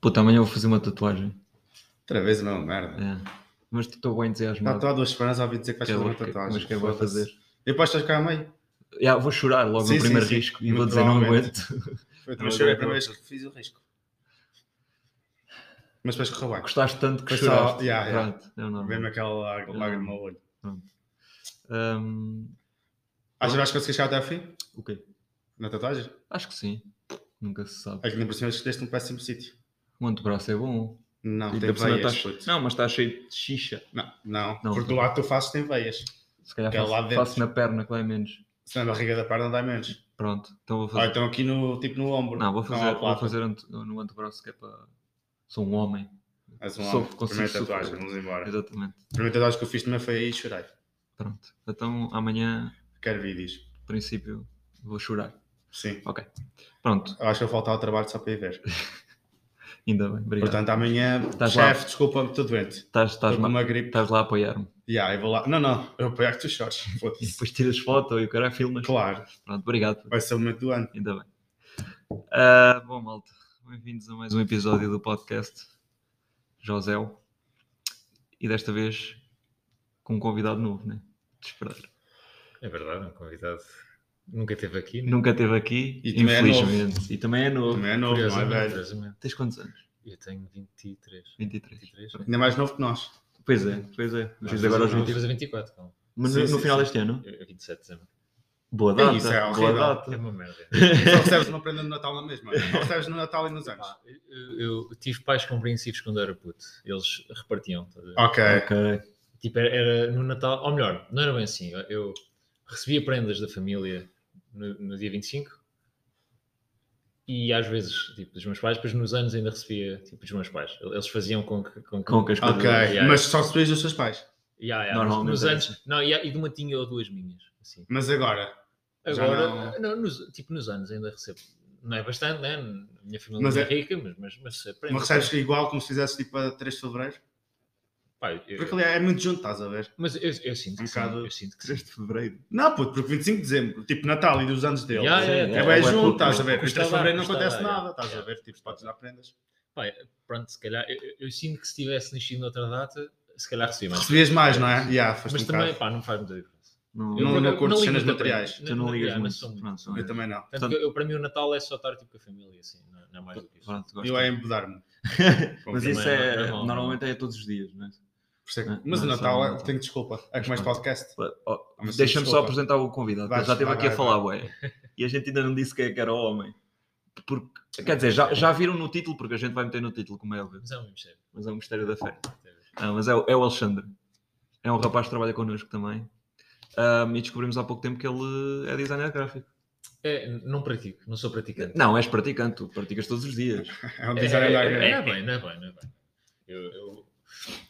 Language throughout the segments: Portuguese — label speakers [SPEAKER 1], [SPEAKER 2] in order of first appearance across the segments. [SPEAKER 1] Puta, amanhã vou fazer uma tatuagem.
[SPEAKER 2] Outra vez a mesma merda.
[SPEAKER 1] É. Mas estou bem
[SPEAKER 2] Não,
[SPEAKER 1] entusiasmado.
[SPEAKER 2] estou há duas semanas a ouvir dizer que vais
[SPEAKER 1] É, Que é
[SPEAKER 2] fazer uma
[SPEAKER 1] o que-
[SPEAKER 2] tatuagem.
[SPEAKER 1] mas que eu vou
[SPEAKER 2] Foda-se.
[SPEAKER 1] fazer.
[SPEAKER 2] E depois estás cá a meio.
[SPEAKER 1] Já, vou chorar logo
[SPEAKER 2] Sim,
[SPEAKER 1] no
[SPEAKER 2] sim,
[SPEAKER 1] primeiro
[SPEAKER 2] sim.
[SPEAKER 1] risco e
[SPEAKER 2] Muito
[SPEAKER 1] vou dizer não
[SPEAKER 2] provavelmente.
[SPEAKER 1] aguento.
[SPEAKER 2] Foi
[SPEAKER 1] Não,
[SPEAKER 2] também chorei a
[SPEAKER 1] não,
[SPEAKER 2] primeira
[SPEAKER 1] não.
[SPEAKER 2] vez que fiz o risco. Mas depois correu bem.
[SPEAKER 1] Gostaste tanto que
[SPEAKER 2] Foi só-
[SPEAKER 1] choraste.
[SPEAKER 2] Yeah, yeah.
[SPEAKER 1] Pronto, é o normal.
[SPEAKER 2] Vem-me aquela água-
[SPEAKER 1] Não.
[SPEAKER 2] lágrima ao olho.
[SPEAKER 1] Hum,
[SPEAKER 2] Achas que vais conseguir chegar até ao fim?
[SPEAKER 1] o quê?
[SPEAKER 2] Na tatuagem?
[SPEAKER 1] Acho que sim. Nunca se sabe.
[SPEAKER 2] É que nem por cima escolheste um péssimo sítio.
[SPEAKER 1] O antebraço é bom.
[SPEAKER 2] Não,
[SPEAKER 1] E
[SPEAKER 2] tem
[SPEAKER 1] da cima
[SPEAKER 2] veias.
[SPEAKER 1] estás-
[SPEAKER 2] puto.
[SPEAKER 1] Não, mas está cheio de xixa.
[SPEAKER 2] Não, não.
[SPEAKER 1] Não,
[SPEAKER 2] Porque do
[SPEAKER 1] tá.
[SPEAKER 2] lado que tu fazes tem veias.
[SPEAKER 1] Se calhar
[SPEAKER 2] Que é lá
[SPEAKER 1] faço,
[SPEAKER 2] dentro.
[SPEAKER 1] faço na perna, que lá é menos.
[SPEAKER 2] Se na barriga da perna dá menos.
[SPEAKER 1] Pronto, então vou
[SPEAKER 2] Ou
[SPEAKER 1] fazer.
[SPEAKER 2] então aqui no, tipo no ombro.
[SPEAKER 1] não, vou
[SPEAKER 2] há
[SPEAKER 1] fazer, vou
[SPEAKER 2] placa.
[SPEAKER 1] fazer ante- no antebraço que é para. Sou um homem.
[SPEAKER 2] Mais um
[SPEAKER 1] Sou-
[SPEAKER 2] homem.
[SPEAKER 1] consigo
[SPEAKER 2] Primeira
[SPEAKER 1] sofrer.
[SPEAKER 2] tatuagem, vamos embora.
[SPEAKER 1] Exatamente.
[SPEAKER 2] Primeira tatuagem que eu fiz também foi aí e chorei.
[SPEAKER 1] Pronto. Então amanhã,
[SPEAKER 2] Quero vídeos.
[SPEAKER 1] a princípio, vou chorar.
[SPEAKER 2] Sim.
[SPEAKER 1] Pronto,
[SPEAKER 2] Eu acho que eu faltava ao trabalho só para ir ver.
[SPEAKER 1] ainda bem. Obrigado.
[SPEAKER 2] Portanto, amanhã,
[SPEAKER 1] Estás lá.
[SPEAKER 2] chefe, desculpa-me, estou doente.
[SPEAKER 1] Estás, estás,
[SPEAKER 2] Estou com
[SPEAKER 1] ma-
[SPEAKER 2] uma gripe.
[SPEAKER 1] estás lá a apoiar-me.
[SPEAKER 2] Yeah, eu vou lá. Não, não, eu apoiar que tu chores.
[SPEAKER 1] E
[SPEAKER 2] Foda-se.
[SPEAKER 1] depois tiras foto e o cara filmas.
[SPEAKER 2] Claro,
[SPEAKER 1] Pronto, obrigado.
[SPEAKER 2] vai ser o momento do ano.
[SPEAKER 1] Ainda bem. Ah, bom, malta, bem-vindos a mais um episódio do podcast José. E desta vez com um convidado novo, né? De esperar.
[SPEAKER 3] É verdade, é um convidado nunca esteve aqui, né?
[SPEAKER 1] Nunca esteve aqui,
[SPEAKER 2] E também é
[SPEAKER 1] infelizmente. e também é novo.
[SPEAKER 2] Também é novo, não é
[SPEAKER 3] Curiosamente,
[SPEAKER 2] velho?
[SPEAKER 3] curiosamente.
[SPEAKER 1] Tens quantos anos?
[SPEAKER 3] Eu tenho 23.
[SPEAKER 1] 23.
[SPEAKER 3] 23?
[SPEAKER 2] Ainda mais novo que nós.
[SPEAKER 1] Pois é, pois é. Fiz
[SPEAKER 2] Não,
[SPEAKER 1] agora os
[SPEAKER 2] não.
[SPEAKER 1] 20.
[SPEAKER 3] tive a 24, calma.
[SPEAKER 1] Mas
[SPEAKER 2] Sim,
[SPEAKER 1] no
[SPEAKER 2] sim,
[SPEAKER 1] final
[SPEAKER 2] sim.
[SPEAKER 1] deste ano?
[SPEAKER 3] Eu- eu 27 de dezembro.
[SPEAKER 1] Boa
[SPEAKER 2] É
[SPEAKER 1] data.
[SPEAKER 2] isso, é
[SPEAKER 1] boa
[SPEAKER 2] horrível.
[SPEAKER 3] É
[SPEAKER 1] data.
[SPEAKER 3] uma merda.
[SPEAKER 2] Só recebes uma prenda no Natal na mesma. Só recebes no Natal e nos anos.
[SPEAKER 1] Ah,
[SPEAKER 3] Pá, eu, eu tive pais compreensivos quando era puto. Eles repartiam. estás a ver?
[SPEAKER 2] Ok.
[SPEAKER 1] é. Ok.
[SPEAKER 3] Tipo, era, era no Natal, ou melhor, não era bem assim. Eu, eu recebia prendas da família no, no dia 25 e às vezes, tipo, dos meus pais, depois nos anos ainda recebia, tipo, dos meus pais. Eles faziam com que- com que Ah,
[SPEAKER 1] Com que as coisas.
[SPEAKER 2] Ok,
[SPEAKER 3] Yeah,
[SPEAKER 2] mas só recebes dos teus pais.
[SPEAKER 3] Ya, ya,
[SPEAKER 1] Normalmente
[SPEAKER 3] nos
[SPEAKER 1] é
[SPEAKER 3] anos,
[SPEAKER 2] assim.
[SPEAKER 3] não, ya, e de uma tinha ou duas minhas. assim.
[SPEAKER 2] Mas agora, Já
[SPEAKER 3] Agora, não, nos, tipo, nos anos ainda recebo. Não é bastante, né? A minha família
[SPEAKER 2] Mas
[SPEAKER 3] não é,
[SPEAKER 2] é-
[SPEAKER 3] rica, mas, mas, mas aprende.
[SPEAKER 2] mas recebes igual como se fizesse tipo a 3 de Fevereiro?
[SPEAKER 3] Pá, eu-
[SPEAKER 2] Porque ali é muito junto, estás a ver?
[SPEAKER 3] mas eu, eu sinto
[SPEAKER 2] Um
[SPEAKER 3] que sim,
[SPEAKER 2] bocado-
[SPEAKER 3] eu sinto que sim.
[SPEAKER 1] 3 de fevereiro.
[SPEAKER 2] Não, puto, porque 25 de dezembro, tipo Natal e dos anos dele.
[SPEAKER 3] Ya, ya,
[SPEAKER 1] Sim,
[SPEAKER 3] ya,
[SPEAKER 2] É
[SPEAKER 3] tá
[SPEAKER 2] bem
[SPEAKER 1] é
[SPEAKER 3] bem.
[SPEAKER 2] junto, estás a ver? Os 3
[SPEAKER 3] Custa
[SPEAKER 2] de
[SPEAKER 3] dar,
[SPEAKER 2] Fevereiro não
[SPEAKER 3] custa
[SPEAKER 2] acontece
[SPEAKER 3] dar, ya.
[SPEAKER 2] nada, estás a ver? Tipo, podes dar prendas.
[SPEAKER 3] Pá, pronto, se calhar, eu, eu- eu sinto que se tivesse nascido noutra data, se calhar recebia mais.
[SPEAKER 2] Recebias mais, não é? Ya, foste
[SPEAKER 3] Mas
[SPEAKER 2] um
[SPEAKER 3] também,
[SPEAKER 2] bocado.
[SPEAKER 3] pá, não faz muita diferença.
[SPEAKER 1] Não,
[SPEAKER 2] Eu não-
[SPEAKER 3] por
[SPEAKER 2] não
[SPEAKER 3] acaso,
[SPEAKER 2] curto
[SPEAKER 3] ligo
[SPEAKER 2] cenas
[SPEAKER 3] muito a prendas.
[SPEAKER 2] materiais.
[SPEAKER 1] tu não ligas
[SPEAKER 3] ya,
[SPEAKER 1] muito.
[SPEAKER 3] sou
[SPEAKER 1] Pronto,
[SPEAKER 2] Eu
[SPEAKER 1] olha.
[SPEAKER 2] também não.
[SPEAKER 3] Tanto que eu, para mim o Natal é só estar tipo com a família, assim, não, não é mais do que isso.
[SPEAKER 1] Pronto, gosto.
[SPEAKER 2] Eu é embudar-me.
[SPEAKER 1] Mas
[SPEAKER 3] Também
[SPEAKER 1] isso
[SPEAKER 3] não
[SPEAKER 1] é,
[SPEAKER 3] é normal,
[SPEAKER 1] normalmente é todos os dias, não é?
[SPEAKER 2] Por isso é que-
[SPEAKER 1] Não,
[SPEAKER 2] Mas o
[SPEAKER 1] não,
[SPEAKER 2] Natal
[SPEAKER 1] só
[SPEAKER 2] é-
[SPEAKER 1] Natal.
[SPEAKER 2] tenho desculpa. É
[SPEAKER 1] Mas
[SPEAKER 2] que mais
[SPEAKER 1] pronto.
[SPEAKER 2] podcast.
[SPEAKER 1] Oh,
[SPEAKER 2] Ah, mas
[SPEAKER 1] Deixa-me só
[SPEAKER 2] desculpa.
[SPEAKER 1] apresentar o convidado, que
[SPEAKER 2] Vai,
[SPEAKER 1] ele já esteve
[SPEAKER 2] vai,
[SPEAKER 1] aqui a
[SPEAKER 2] vai,
[SPEAKER 1] falar, ué. E a gente ainda não disse quem é que era homem. Porque, quer dizer, já, já viram no título, porque a gente vai meter no título, como é óbvio.
[SPEAKER 3] Mas é o mesmo cheiro.
[SPEAKER 1] Mas é um mistério da fé. Ah, mas é, o- é o Alexandre. É um rapaz que trabalha connosco também. Ahm, e descobrimos há pouco tempo que ele é designer gráfico.
[SPEAKER 3] É, não pratico, não sou praticante.
[SPEAKER 1] Não, és praticante, tu praticas todos os dias.
[SPEAKER 2] É um
[SPEAKER 3] É,
[SPEAKER 2] design da
[SPEAKER 3] é, é,
[SPEAKER 2] Agnes.
[SPEAKER 3] não é bem, não é bem, não é bem. Eu- eu-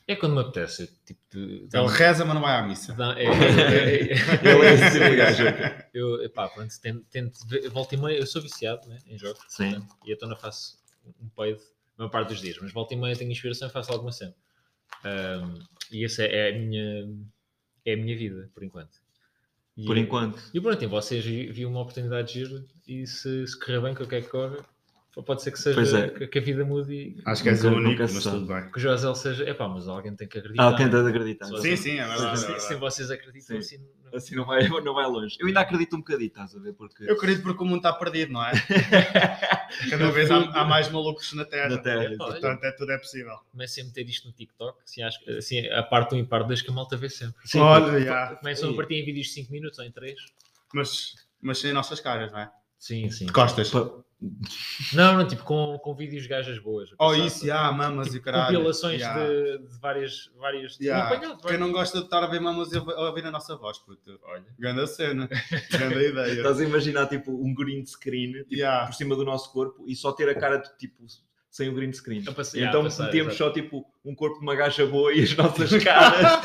[SPEAKER 3] é quando me apetece, tipo de- de-
[SPEAKER 2] Ele reza, mas não vai à missa.
[SPEAKER 3] dá- é- é- é-
[SPEAKER 1] Ele é esse tipo de gajo.
[SPEAKER 3] eu, epá, pronto, tento, tento ver- volta e meia, eu sou viciado né, em jogos,
[SPEAKER 1] Sim.
[SPEAKER 3] portanto, e então não faço um peido a maior parte dos dias, mas volta e meia tenho inspiração e faço alguma cena. Ahm, e essa é, é a minha, é a minha vida, por enquanto. E-
[SPEAKER 1] Por enquanto.
[SPEAKER 3] E pronto, e vocês vi- viam uma oportunidade de giro e se, se correr bem, qualquer que corra, pode ser que, seja,
[SPEAKER 1] Pois é.
[SPEAKER 3] que, que a vida mude e,
[SPEAKER 2] Acho que és o
[SPEAKER 1] Nunca-
[SPEAKER 2] único,
[SPEAKER 1] nunca se
[SPEAKER 2] mas
[SPEAKER 1] sabe.
[SPEAKER 2] tudo bem.
[SPEAKER 3] que o José seja. Epá, mas alguém tem que acreditar.
[SPEAKER 1] Ah, tenta acreditar.
[SPEAKER 3] Só
[SPEAKER 2] Sim, sim, é verdade. é
[SPEAKER 3] Se,
[SPEAKER 2] verdade.
[SPEAKER 3] se vocês acreditam
[SPEAKER 1] Sim.
[SPEAKER 3] assim. não-
[SPEAKER 1] Assim não vai, não vai longe. Eu ainda acredito um bocadinho, estás a ver? Porque
[SPEAKER 2] Eu acredito porque o mundo está perdido, não é? Cada vez há, há mais malucos na Terra.
[SPEAKER 1] na Terra.
[SPEAKER 3] Epá, olha,
[SPEAKER 2] Portanto, é tudo é possível.
[SPEAKER 3] Comecem a meter isto no TikTok, assim, acho, que- assim a parte 1 e parte 2 que a malta vê sempre.
[SPEAKER 1] Sim,
[SPEAKER 2] Olha, já.
[SPEAKER 3] Começam
[SPEAKER 1] Sim.
[SPEAKER 3] a partir em vídeos de 5 minutos ou em 3.
[SPEAKER 2] Mas, mas sem nossas caras, não é?
[SPEAKER 3] Sim, sim.
[SPEAKER 2] De costas.
[SPEAKER 1] Pa-
[SPEAKER 3] Não, não, tipo com, com vídeos de gajas boas. a
[SPEAKER 2] Oh,
[SPEAKER 3] passar,
[SPEAKER 2] isso,
[SPEAKER 3] sabe?
[SPEAKER 2] já, mamas e caralho.
[SPEAKER 3] Compilações
[SPEAKER 2] já.
[SPEAKER 3] de, de várias. várias
[SPEAKER 2] Já.
[SPEAKER 3] um apanhado,
[SPEAKER 2] Quem
[SPEAKER 3] várias-
[SPEAKER 2] não gosta de estar a ver mamas e a a ouvir a nossa voz, puto.
[SPEAKER 3] Olha.
[SPEAKER 2] Grande cena. Grande ideia.
[SPEAKER 1] Estás a imaginar tipo um green screen tipo,
[SPEAKER 2] Já.
[SPEAKER 1] por cima do nosso corpo e só ter a cara de tipo sem o green screen.
[SPEAKER 3] A passar-
[SPEAKER 1] então
[SPEAKER 3] a passar,
[SPEAKER 1] metíamos
[SPEAKER 3] exato.
[SPEAKER 1] só tipo um corpo de uma gaja boa e as nossas caras.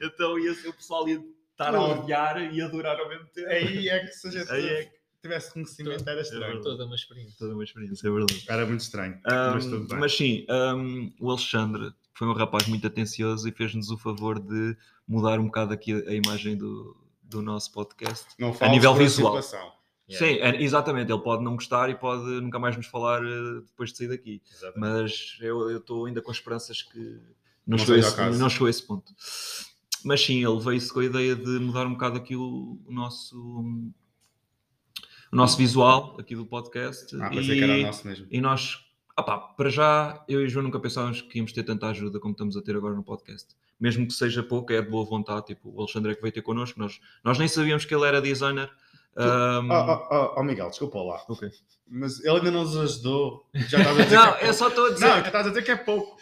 [SPEAKER 1] então ia ser o pessoal ia estar a odiar e adorar ao mesmo tempo.
[SPEAKER 2] Aí é que se a gente
[SPEAKER 1] Aí é
[SPEAKER 2] tivesse conhecimento era estranho.
[SPEAKER 3] Toda uma experiência.
[SPEAKER 1] Toda uma experiência, é verdade.
[SPEAKER 2] Era muito estranho. mas tudo
[SPEAKER 1] Um,
[SPEAKER 2] bem.
[SPEAKER 1] mas sim, um, o Alexandre foi um rapaz muito atencioso e fez-nos o favor de mudar um bocado aqui a a imagem do, do nosso podcast.
[SPEAKER 2] Não falo
[SPEAKER 1] nível
[SPEAKER 2] sobre
[SPEAKER 1] visual.
[SPEAKER 2] situação.
[SPEAKER 1] Sim, é- exatamente. Ele pode não gostar e pode nunca mais nos falar eh, depois de sair daqui.
[SPEAKER 3] Exatamente.
[SPEAKER 1] Mas eu eu estou ainda com esperanças que não,
[SPEAKER 2] Não
[SPEAKER 1] chegou a
[SPEAKER 2] seja o
[SPEAKER 1] esse,
[SPEAKER 2] caso.
[SPEAKER 1] não chegou a esse ponto. Mas sim, ele veio-se com a ideia de mudar um bocado aqui o, o nosso, o nosso visual aqui do podcast.
[SPEAKER 2] Hum. Ah,
[SPEAKER 1] e,
[SPEAKER 2] pensei que era o nosso mesmo.
[SPEAKER 1] e nós, ah pá, para já, eu e o João nunca pensávamos que íamos ter tanta ajuda como estamos a ter agora no podcast. Mesmo que seja pouco, é de boa vontade. Tipo, o Alexandre é que veio ter connosco. Nós, nós nem sabíamos que ele era designer. Ahm,
[SPEAKER 2] Oh, oh, oh, oh, Miguel, desculpa lá.
[SPEAKER 1] Ok.
[SPEAKER 2] Mas ele ainda não nos ajudou. Já estás a dizer
[SPEAKER 1] Não,
[SPEAKER 2] que é
[SPEAKER 1] eu
[SPEAKER 2] pouco.
[SPEAKER 1] só estou a dizer.
[SPEAKER 2] Não, tu estás a dizer que é pouco.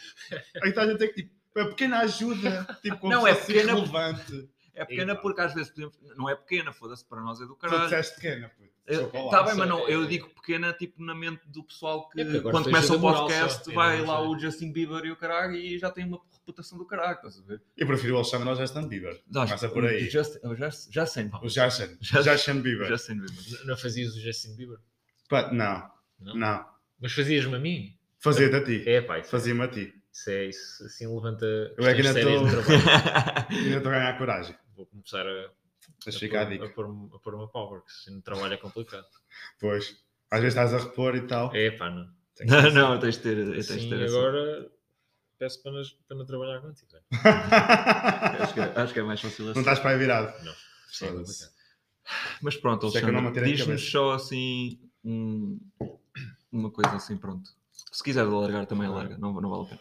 [SPEAKER 2] Aí estás a dizer que tipo, é pequena ajuda. Tipo, como
[SPEAKER 1] Não,
[SPEAKER 2] não,
[SPEAKER 1] é
[SPEAKER 2] é
[SPEAKER 1] pequena-
[SPEAKER 2] relevante.
[SPEAKER 1] É pequena
[SPEAKER 3] Exato.
[SPEAKER 1] porque às vezes podemos. Não é pequena, foda-se, para nós é do
[SPEAKER 2] Tu
[SPEAKER 1] caralho.
[SPEAKER 2] disseste pequena, puto. Desculpa lá.
[SPEAKER 1] Está tá bem,
[SPEAKER 3] só-
[SPEAKER 1] mas não, eu
[SPEAKER 3] é-
[SPEAKER 1] digo pequena tipo na mente do pessoal que
[SPEAKER 3] É porque agora
[SPEAKER 1] quando
[SPEAKER 3] fez
[SPEAKER 1] começa o
[SPEAKER 3] da moral
[SPEAKER 1] podcast
[SPEAKER 3] só, é,
[SPEAKER 1] vai
[SPEAKER 3] não
[SPEAKER 1] lá
[SPEAKER 3] sei.
[SPEAKER 1] o Justin Bieber e o caralho e já tem uma reputação do caralho, estás a ver?
[SPEAKER 2] Eu prefiro o Alexandre ao Justin Bieber.
[SPEAKER 1] Dá-
[SPEAKER 2] Começa por aí.
[SPEAKER 1] o Justin, o Justin, Justin,
[SPEAKER 2] O Justin.
[SPEAKER 1] Justin-
[SPEAKER 2] Justin Bieber.
[SPEAKER 1] Justin Bieber.
[SPEAKER 3] N- Não fazias o Justin Bieber?
[SPEAKER 2] Pá, não,
[SPEAKER 3] Não?
[SPEAKER 2] não.
[SPEAKER 3] Mas fazias-me a mim?
[SPEAKER 2] Fazia-te a ti.
[SPEAKER 3] É, pá, isso,
[SPEAKER 2] Fazia-me a ti.
[SPEAKER 3] isso é isso. Assim levanta
[SPEAKER 2] Eu é que
[SPEAKER 3] questões
[SPEAKER 2] ainda
[SPEAKER 3] sérias
[SPEAKER 2] tô-
[SPEAKER 3] de trabalho.
[SPEAKER 2] Ainda estou a ganhar coragem.
[SPEAKER 3] Vou começar a,
[SPEAKER 2] Mas fica a
[SPEAKER 3] pôr, a,
[SPEAKER 2] dica.
[SPEAKER 3] pôr, a pôr uma pau, porque assim, no trabalho é complicado.
[SPEAKER 2] Pois. Às vezes estás a repor e tal.
[SPEAKER 3] É, pá, não.
[SPEAKER 1] Não, não, tens de ter, tens de
[SPEAKER 3] Sim,
[SPEAKER 1] ter essa-
[SPEAKER 3] agora peço para, nos- para não trabalhar contigo. né?
[SPEAKER 1] Acho que, acho que é mais fácil assim.
[SPEAKER 2] Não estás para aí virado.
[SPEAKER 3] Sim, é
[SPEAKER 2] Foda-se.
[SPEAKER 3] complicado.
[SPEAKER 1] Mas pronto,
[SPEAKER 2] Isso é que eu não
[SPEAKER 1] Alexandre,
[SPEAKER 2] me tirei a
[SPEAKER 1] diz-nos
[SPEAKER 2] cabeça.
[SPEAKER 1] só assim um- uma coisa assim, pronto. Se quiseres alargar também alarga, não, não vale a pena.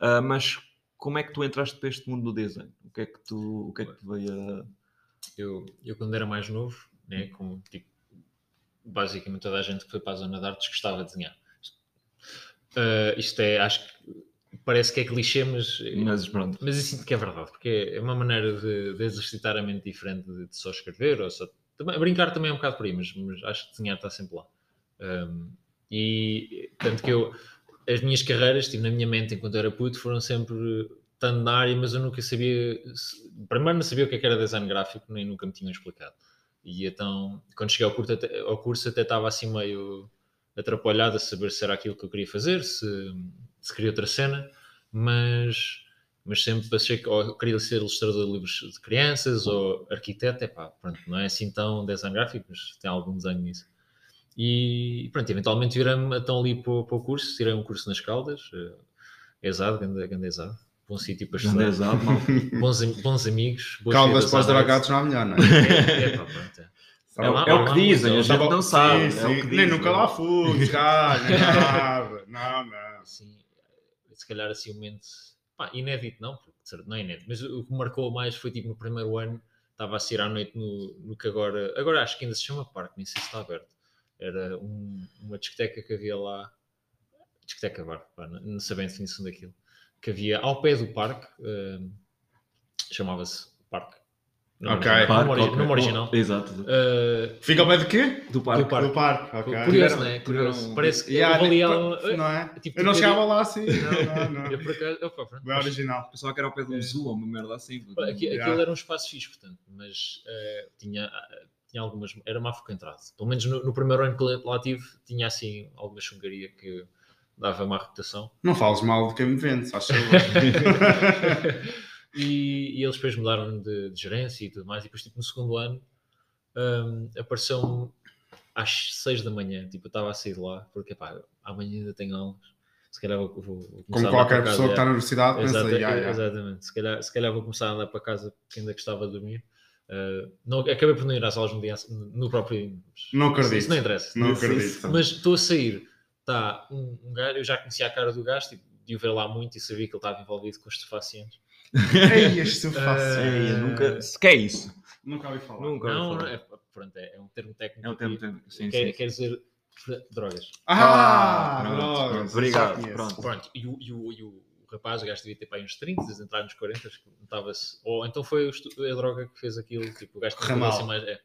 [SPEAKER 1] Ah, mas como é que tu entraste para este mundo do design? O que é que tu, o que é que te veio a...
[SPEAKER 3] eu, eu quando era mais novo, né, como tipo, basicamente toda a gente que foi para a zona de artes gostava de desenhar. Ah, isto é, acho que parece que é clichê, mas,
[SPEAKER 1] Mas pronto,
[SPEAKER 3] mas eu sinto que é verdade, porque é uma maneira de, de exercitar a mente diferente de, de só escrever ou só. Também, brincar também é um bocado por aí, mas, mas acho que desenhar está sempre lá. Um, e tanto que eu, as minhas carreiras, tive na minha mente enquanto era puto, foram sempre tanto na área, mas eu nunca sabia. se- Primeiro, não sabia o que é que era design gráfico, nem nunca me tinham explicado. E então, quando cheguei ao curso, até, ao curso, até estava assim meio atrapalhado a saber se era aquilo que eu queria fazer, se, se queria outra cena, mas mas sempre achei que ou queria ser ilustrador de livros de crianças ou arquiteto, é pá, pronto, não é assim tão design gráfico, mas tem algum desenho nisso. E pronto, eventualmente virei-me então ali para, o- para o curso, tirei um curso nas Caldas, eh, exado, grande, grande exado, bom sítio para
[SPEAKER 1] grande
[SPEAKER 3] estudar,
[SPEAKER 1] exato, mal.
[SPEAKER 3] bons, am- bons amigos, boas
[SPEAKER 2] Caldas
[SPEAKER 3] saídas
[SPEAKER 2] para os
[SPEAKER 3] à noite.
[SPEAKER 2] drogados não há melhor, não é?
[SPEAKER 3] É, é pá, pronto, é.
[SPEAKER 1] É, o-
[SPEAKER 3] lá-
[SPEAKER 1] é o que
[SPEAKER 3] lá-
[SPEAKER 1] dizem, a
[SPEAKER 3] lá-
[SPEAKER 1] gente
[SPEAKER 2] Tava-
[SPEAKER 1] não sabe.
[SPEAKER 2] Sim,
[SPEAKER 1] é o
[SPEAKER 2] sim.
[SPEAKER 1] que
[SPEAKER 2] Nem
[SPEAKER 1] dizem.
[SPEAKER 2] nunca lá fui, já, nem nada. Não, não.
[SPEAKER 3] assim, se calhar assim um momento pá, inédito, não, porque de certo- não é inédito, mas o o que me marcou mais foi tipo no primeiro ano, estava a sair à noite no, no que agora, agora acho que ainda se chama Parque, nem sei se está aberto. Era um- uma discoteca que havia lá, discoteca bar, pá, não, não sei bem a definição daquilo, que havia ao pé do parque, hum, chamava-se Parque. Não,
[SPEAKER 2] Ok.
[SPEAKER 3] original,
[SPEAKER 1] Parque,
[SPEAKER 3] nome ori-
[SPEAKER 1] ok.
[SPEAKER 3] nome original.
[SPEAKER 1] É Exato.
[SPEAKER 3] Uh,
[SPEAKER 2] Fica ao pé de quê?
[SPEAKER 1] Do parque.
[SPEAKER 3] do parque.
[SPEAKER 2] Do parque, ok.
[SPEAKER 3] Curioso,
[SPEAKER 1] Tiveram-
[SPEAKER 3] não é?
[SPEAKER 1] tiveram-
[SPEAKER 3] Curioso. Parece que
[SPEAKER 2] Yeah,
[SPEAKER 3] houve ali
[SPEAKER 2] tipo,
[SPEAKER 3] algo-
[SPEAKER 2] Não é?
[SPEAKER 3] tipo,
[SPEAKER 2] Eu não
[SPEAKER 3] eu
[SPEAKER 2] chegava
[SPEAKER 3] digo-
[SPEAKER 2] lá assim. Não, não,
[SPEAKER 3] eh, Eu
[SPEAKER 2] não.
[SPEAKER 3] por acaso- opa, pronto,
[SPEAKER 2] Bem original.
[SPEAKER 1] Pensava que era ao pé de um zoo ou uma merda assim.
[SPEAKER 3] Pá, É. aqui-
[SPEAKER 2] Yeah.
[SPEAKER 3] Aquilo era um espaço fixe, portanto, mas eh, tinha, ah, tinha algumas. Era má entrado. Pelo menos no, no primeiro ano que lá- lá tive, tinha assim alguma chungaria que dava má reputação.
[SPEAKER 2] Não fales mal de quem me vende, se faz favor.
[SPEAKER 3] e, e eles depois mudaram de, de gerência e tudo mais. E depois, tipo, no segundo ano, hum, apareceu-me às seis da manhã. Tipo, eu estava a sair de lá, porque pá, amanhã ainda tenho aulas. Se calhar vou, vou, vou começar
[SPEAKER 2] Como
[SPEAKER 3] a andar
[SPEAKER 2] qualquer
[SPEAKER 3] para casa,
[SPEAKER 2] pessoa que
[SPEAKER 3] é.
[SPEAKER 2] está na
[SPEAKER 1] Ah,
[SPEAKER 2] universidade pensa,
[SPEAKER 3] Exata-
[SPEAKER 2] "Ya, ya".
[SPEAKER 3] Exatamente. Se calhar, se calhar vou começar a andar para casa porque ainda gostava de dormir. Ah, não, acabei por não ir às aulas no, dia, no próprio dia. mas
[SPEAKER 2] Não
[SPEAKER 3] isso-
[SPEAKER 2] acredito.
[SPEAKER 3] Isso não interessa.
[SPEAKER 2] não
[SPEAKER 1] Isso,
[SPEAKER 2] acredito.
[SPEAKER 1] isso.
[SPEAKER 3] Mas estou a sair. Está um, um gajo, eu já conhecia a cara do gajo, tipo, de o ver lá muito e sabia que ele estava envolvido com estupefacientes.
[SPEAKER 2] Ei, este
[SPEAKER 3] Eh,
[SPEAKER 2] fácil.
[SPEAKER 1] Ei, eu nunca. Se que é isso?
[SPEAKER 2] Nunca ouvi falar.
[SPEAKER 1] Nunca. ouvi
[SPEAKER 3] Não,
[SPEAKER 1] falar.
[SPEAKER 3] não, é, pronto, é, é um termo técnico.
[SPEAKER 1] É um termo
[SPEAKER 3] que é-
[SPEAKER 1] técnico. Sim,
[SPEAKER 3] quer,
[SPEAKER 1] sim.
[SPEAKER 3] quer dizer drogas.
[SPEAKER 1] Ah,
[SPEAKER 2] Ah,
[SPEAKER 1] pronto,
[SPEAKER 2] drogas,
[SPEAKER 1] pronto,
[SPEAKER 2] só
[SPEAKER 1] obrigado,
[SPEAKER 2] conheço.
[SPEAKER 1] pronto.
[SPEAKER 3] Pronto, e o, e o- e o rapaz, o gajo devia ter para aí uns 30, desde entrar nos 40, acho que não estava-se. Ou então foi o estu- a droga que fez aquilo, tipo, o gajo tinha
[SPEAKER 2] Ramal. é
[SPEAKER 3] assim mais. É.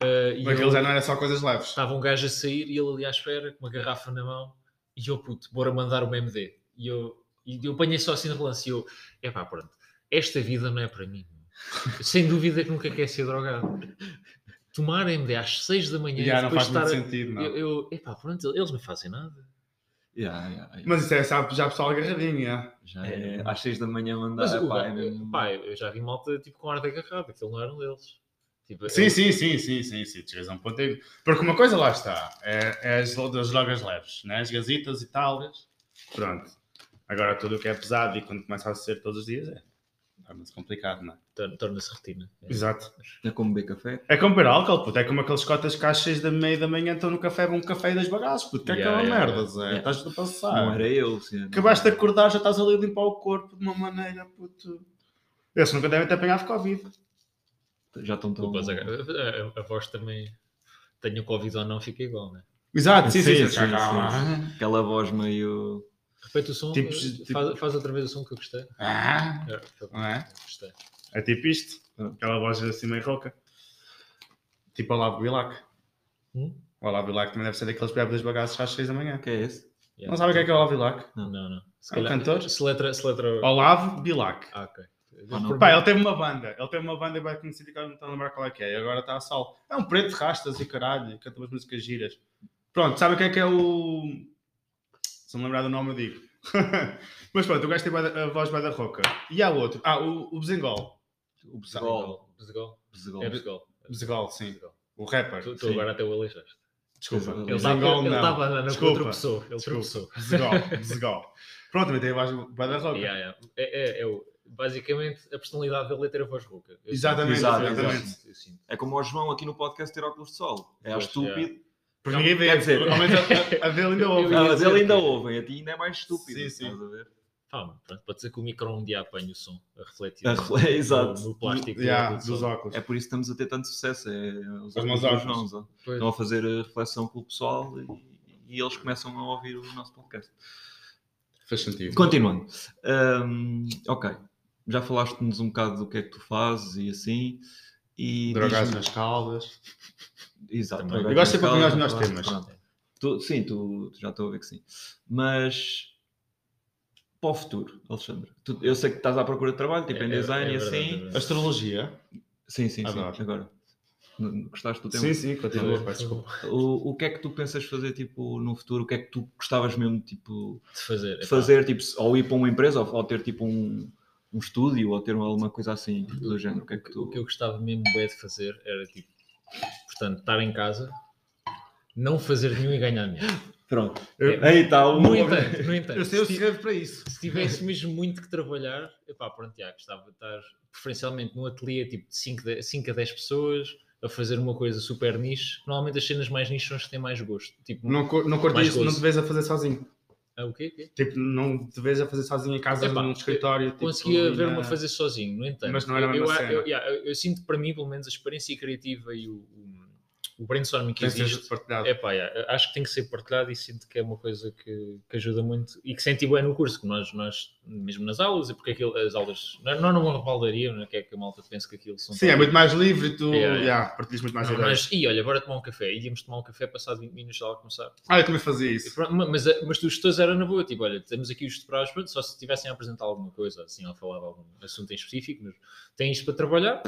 [SPEAKER 3] Ah, e
[SPEAKER 2] Mas
[SPEAKER 3] ele-
[SPEAKER 2] aquilo já não era só coisas leves.
[SPEAKER 3] Estava um gajo a sair e ele ali à espera, com uma garrafa na mão, e eu, puto, bora mandar uma MD. E eu, e eu apanhei só assim no relance, e eu, epá, pronto, esta vida não é para mim. Sem dúvida que nunca quer ser drogado. Tomar MD às 6 da manhã,
[SPEAKER 2] Já, não faz
[SPEAKER 3] depois
[SPEAKER 2] muito
[SPEAKER 3] estar. a-
[SPEAKER 2] sentido, não.
[SPEAKER 3] eu, eu, epá, pronto, eles não fazem nada.
[SPEAKER 1] Yeah, yeah, yeah.
[SPEAKER 2] Mas isso é sabe, já pessoal agarradinho, é?
[SPEAKER 1] Já é às 6 da manhã mandar.
[SPEAKER 3] Mas o
[SPEAKER 1] pá, é
[SPEAKER 3] gajo-
[SPEAKER 1] mesmo-
[SPEAKER 3] pá, eu já vi malta tipo com ar de agarrado, aquilo não era um deles. Tipo,
[SPEAKER 2] Sim,
[SPEAKER 3] eu-
[SPEAKER 2] sim, sim, sim, sim, sim. Tu chegas a um ponto em- Porque uma coisa lá está, é, é as, lo- das drogas leves, né? as gazitas e tal. Pronto. Agora tudo o que é pesado e quando começa a ser todos os dias é. Torna-se complicado, não é?
[SPEAKER 3] tor- Torna-se rotina. É.
[SPEAKER 2] Exato.
[SPEAKER 1] É como beber café.
[SPEAKER 2] É como beber álcool, puto. É como aqueles cotas que às 6 da meia da manhã estão no café, vão um café e dois bagaços, puto. Que é
[SPEAKER 3] Yeah,
[SPEAKER 2] aquela
[SPEAKER 3] yeah,
[SPEAKER 2] merda,
[SPEAKER 3] yeah.
[SPEAKER 2] Zé.
[SPEAKER 1] Yeah.
[SPEAKER 2] Estás a
[SPEAKER 1] Não
[SPEAKER 2] passar.
[SPEAKER 1] era eu, Luciano.
[SPEAKER 2] Acabaste de acordar, já estás ali a limpar o corpo de uma maneira, puto. Esses nunca devem ter apanhado Covid.
[SPEAKER 1] Já estão tão.
[SPEAKER 3] Desculpa, Zaga, a, a- a voz também. Tenho Covid ou não, fica igual, né?
[SPEAKER 2] Exato, sim, sim, sim.
[SPEAKER 3] é
[SPEAKER 1] sim, sim. Aquela voz meio.
[SPEAKER 3] Repete o som,
[SPEAKER 2] Tipo-
[SPEAKER 3] eh,
[SPEAKER 2] tipo-
[SPEAKER 3] Faz, faz outra vez o som que eu gostei.
[SPEAKER 2] Ah,
[SPEAKER 3] É, foi-
[SPEAKER 2] não é?
[SPEAKER 3] gostei.
[SPEAKER 2] É tipo isto.
[SPEAKER 1] Hum.
[SPEAKER 2] Aquela voz assim meio rouca. Tipo Olavo Bilac.
[SPEAKER 3] Hum?
[SPEAKER 2] O Olavo Bilac também deve ser daqueles que bebe dos bagaços às 6 da manhã.
[SPEAKER 1] O que é esse?
[SPEAKER 3] Yeah.
[SPEAKER 2] Não sabe o que é que é Olavo Bilac?
[SPEAKER 3] Não, não. Se
[SPEAKER 2] É um cantor?
[SPEAKER 3] Se letra. Se letra...
[SPEAKER 2] Olavo Bilac.
[SPEAKER 3] Ah, ok.
[SPEAKER 1] Ah, não.
[SPEAKER 3] Por-
[SPEAKER 2] Pá, Oh. ele teve uma banda. Ele teve uma banda bem conhecida que eu não estou a lembrar qual é que é. E agora está a sol. É um preto de rastas e caralho. e Canta umas músicas giras. Pronto, sabe o que é que é o... Se me lembrar do nome eu digo. Mas pronto, o gajo tem bué da- a voz bem da rouca. E há outro. Ah, o, o Bezengol.
[SPEAKER 1] O Bezegol.
[SPEAKER 3] Bezegol. Bezegol.
[SPEAKER 1] Bezegol.
[SPEAKER 3] É Bezegol.
[SPEAKER 2] Bezegol, sim. O rapper.
[SPEAKER 3] Tu, tu
[SPEAKER 1] Sim.
[SPEAKER 3] agora até o aleijaste.
[SPEAKER 2] Desculpa.
[SPEAKER 1] Ele
[SPEAKER 3] Ele
[SPEAKER 1] Bezegol,
[SPEAKER 3] estava a andar com
[SPEAKER 2] Desculpa.
[SPEAKER 3] outra pessoa. Ele
[SPEAKER 2] Desculpa.
[SPEAKER 3] tropeçou.
[SPEAKER 2] Desgol, desgol. Pronto, também tem a voz bué da rouca.
[SPEAKER 3] Yeah, yeah. É, é, é o- basicamente, a personalidade dele é ter a voz rouca. Eu-
[SPEAKER 2] Exatamente,
[SPEAKER 3] Exato, eu
[SPEAKER 1] exatamente.
[SPEAKER 3] sinto- eu sinto.
[SPEAKER 1] É como o João aqui no podcast ter óculos de sol. É
[SPEAKER 3] Pois,
[SPEAKER 1] estúpido.
[SPEAKER 2] Porque
[SPEAKER 1] Não,
[SPEAKER 2] ninguém vê.
[SPEAKER 1] quer dizer-
[SPEAKER 2] Ao menos a, a dele ainda ouve.
[SPEAKER 3] Eu
[SPEAKER 1] Ah,
[SPEAKER 3] ia
[SPEAKER 1] mas
[SPEAKER 3] dizer
[SPEAKER 1] ele ainda
[SPEAKER 3] que-
[SPEAKER 1] ouvem, a ti ainda é mais estúpido.
[SPEAKER 2] Sim, sim.
[SPEAKER 1] Estás a ver?
[SPEAKER 3] Pá, mano, pronto, pode ser que o micro um dia apanhe o som a refletir
[SPEAKER 1] A refle-
[SPEAKER 3] no,
[SPEAKER 1] exato.
[SPEAKER 3] no plástico
[SPEAKER 2] Yeah,
[SPEAKER 3] do, do
[SPEAKER 2] dos
[SPEAKER 3] som.
[SPEAKER 2] óculos.
[SPEAKER 1] É por isso que estamos a ter tanto sucesso. É os
[SPEAKER 2] Os
[SPEAKER 1] óculos
[SPEAKER 2] meus
[SPEAKER 1] dos
[SPEAKER 2] óculos.
[SPEAKER 1] Joãos. ó.
[SPEAKER 3] Pois.
[SPEAKER 1] Estão a fazer a reflexão com o pessoal e, e eles começam a ouvir o nosso podcast.
[SPEAKER 2] Faz sentido.
[SPEAKER 1] Continuando. Hum, ok. Já falaste-nos um bocado do que é que tu fazes e assim. E
[SPEAKER 2] Drogados
[SPEAKER 1] diz-me-
[SPEAKER 2] nas caldas.
[SPEAKER 1] Exato.
[SPEAKER 3] Também.
[SPEAKER 1] drogados
[SPEAKER 2] Eu gosto
[SPEAKER 1] nas
[SPEAKER 2] sempre de apanhar os
[SPEAKER 1] calças,
[SPEAKER 2] melhores
[SPEAKER 1] pronto, pronto. Tu- sim, tu já estou a ver que sim. Mas para o futuro, Alexandre. tu- eu sei que estás à procura de trabalho, tipo
[SPEAKER 3] É-
[SPEAKER 1] em
[SPEAKER 3] é-
[SPEAKER 1] design
[SPEAKER 3] é
[SPEAKER 1] e
[SPEAKER 3] verdade, é
[SPEAKER 1] assim.
[SPEAKER 3] verdade.
[SPEAKER 2] Astrologia.
[SPEAKER 1] Sim, sim, sim.
[SPEAKER 2] Adoro.
[SPEAKER 1] Agora. N- Gostaste do tema?
[SPEAKER 3] um
[SPEAKER 2] Sim, sim, continua.
[SPEAKER 3] Sim.
[SPEAKER 2] pá, Desculpa.
[SPEAKER 1] O, o que é que tu pensas fazer tipo, no futuro? O que é que tu gostavas mesmo tipo,
[SPEAKER 3] De fazer. É
[SPEAKER 1] de
[SPEAKER 3] epá,
[SPEAKER 1] fazer? Tipo, se- ou ir para uma empresa, ou, ou ter tipo um, um estúdio, ou ter alguma coisa assim tipo, do género? O que é que
[SPEAKER 3] O
[SPEAKER 1] tu.
[SPEAKER 3] que eu gostava mesmo bué de fazer era tipo, portanto, estar em casa, não fazer nenhum e ganhar dinheiro.
[SPEAKER 1] Pronto.
[SPEAKER 2] Eu-
[SPEAKER 1] Aí está tá, o.
[SPEAKER 3] No entanto, no entanto,
[SPEAKER 2] Eu sei o
[SPEAKER 3] se, ti-
[SPEAKER 2] segredo para isso.
[SPEAKER 3] se tivesse mesmo muito que trabalhar, epá, pronto, já, gostava de estar preferencialmente num ateliê tipo de 5, de 5 a 10 pessoas a fazer uma coisa super niche. Normalmente as cenas mais niche são as que têm mais gosto. Tipo,
[SPEAKER 2] Não, cur- não curto
[SPEAKER 3] Mais
[SPEAKER 2] isso, não
[SPEAKER 3] gozo.
[SPEAKER 2] te vês a fazer sozinho.
[SPEAKER 3] ah, o quê? O quê?
[SPEAKER 2] Tipo, não te vês a fazer sozinho em casa,
[SPEAKER 3] Epá,
[SPEAKER 2] num escritório. tipo,
[SPEAKER 3] Conseguia
[SPEAKER 2] e
[SPEAKER 3] ver-me
[SPEAKER 2] na-
[SPEAKER 3] a fazer sozinho, no entanto.
[SPEAKER 2] Mas não era a
[SPEAKER 3] eu,
[SPEAKER 2] mesma
[SPEAKER 3] eu-
[SPEAKER 2] cena.
[SPEAKER 3] eu- yeah, eu- eu sinto que para mim, pelo menos, a experiência criativa e o, o, o brainstorming que
[SPEAKER 2] Tem que
[SPEAKER 3] existe
[SPEAKER 2] ser partilhado.
[SPEAKER 3] É pá, yeah, acho que tem que ser partilhado e sinto que é uma coisa que, que ajuda muito e que senti bem no curso, que nós, nós mesmo nas aulas, e porque aquilo, as aulas não, não, não revaldaria, não é que é que a malta pensa que aquilo são.
[SPEAKER 2] Sim, é muito mais livre, tu
[SPEAKER 3] Yeah, yeah.
[SPEAKER 2] yeah, partilhas muito mais
[SPEAKER 3] Não,
[SPEAKER 2] ideias.
[SPEAKER 3] nós, e olha, bora tomar um café. E íamos tomar um café, passado 20 minutos já lá começar.
[SPEAKER 2] Ah, eu também fazia
[SPEAKER 3] E
[SPEAKER 2] isso.
[SPEAKER 3] pronto, ma- mas, a- mas os gestores era na boa, tipo, olha, temos aqui os tutores, pronto, só se tivessem a apresentar alguma coisa, assim, ou falava algum assunto em específico, mas tem isto para trabalhar,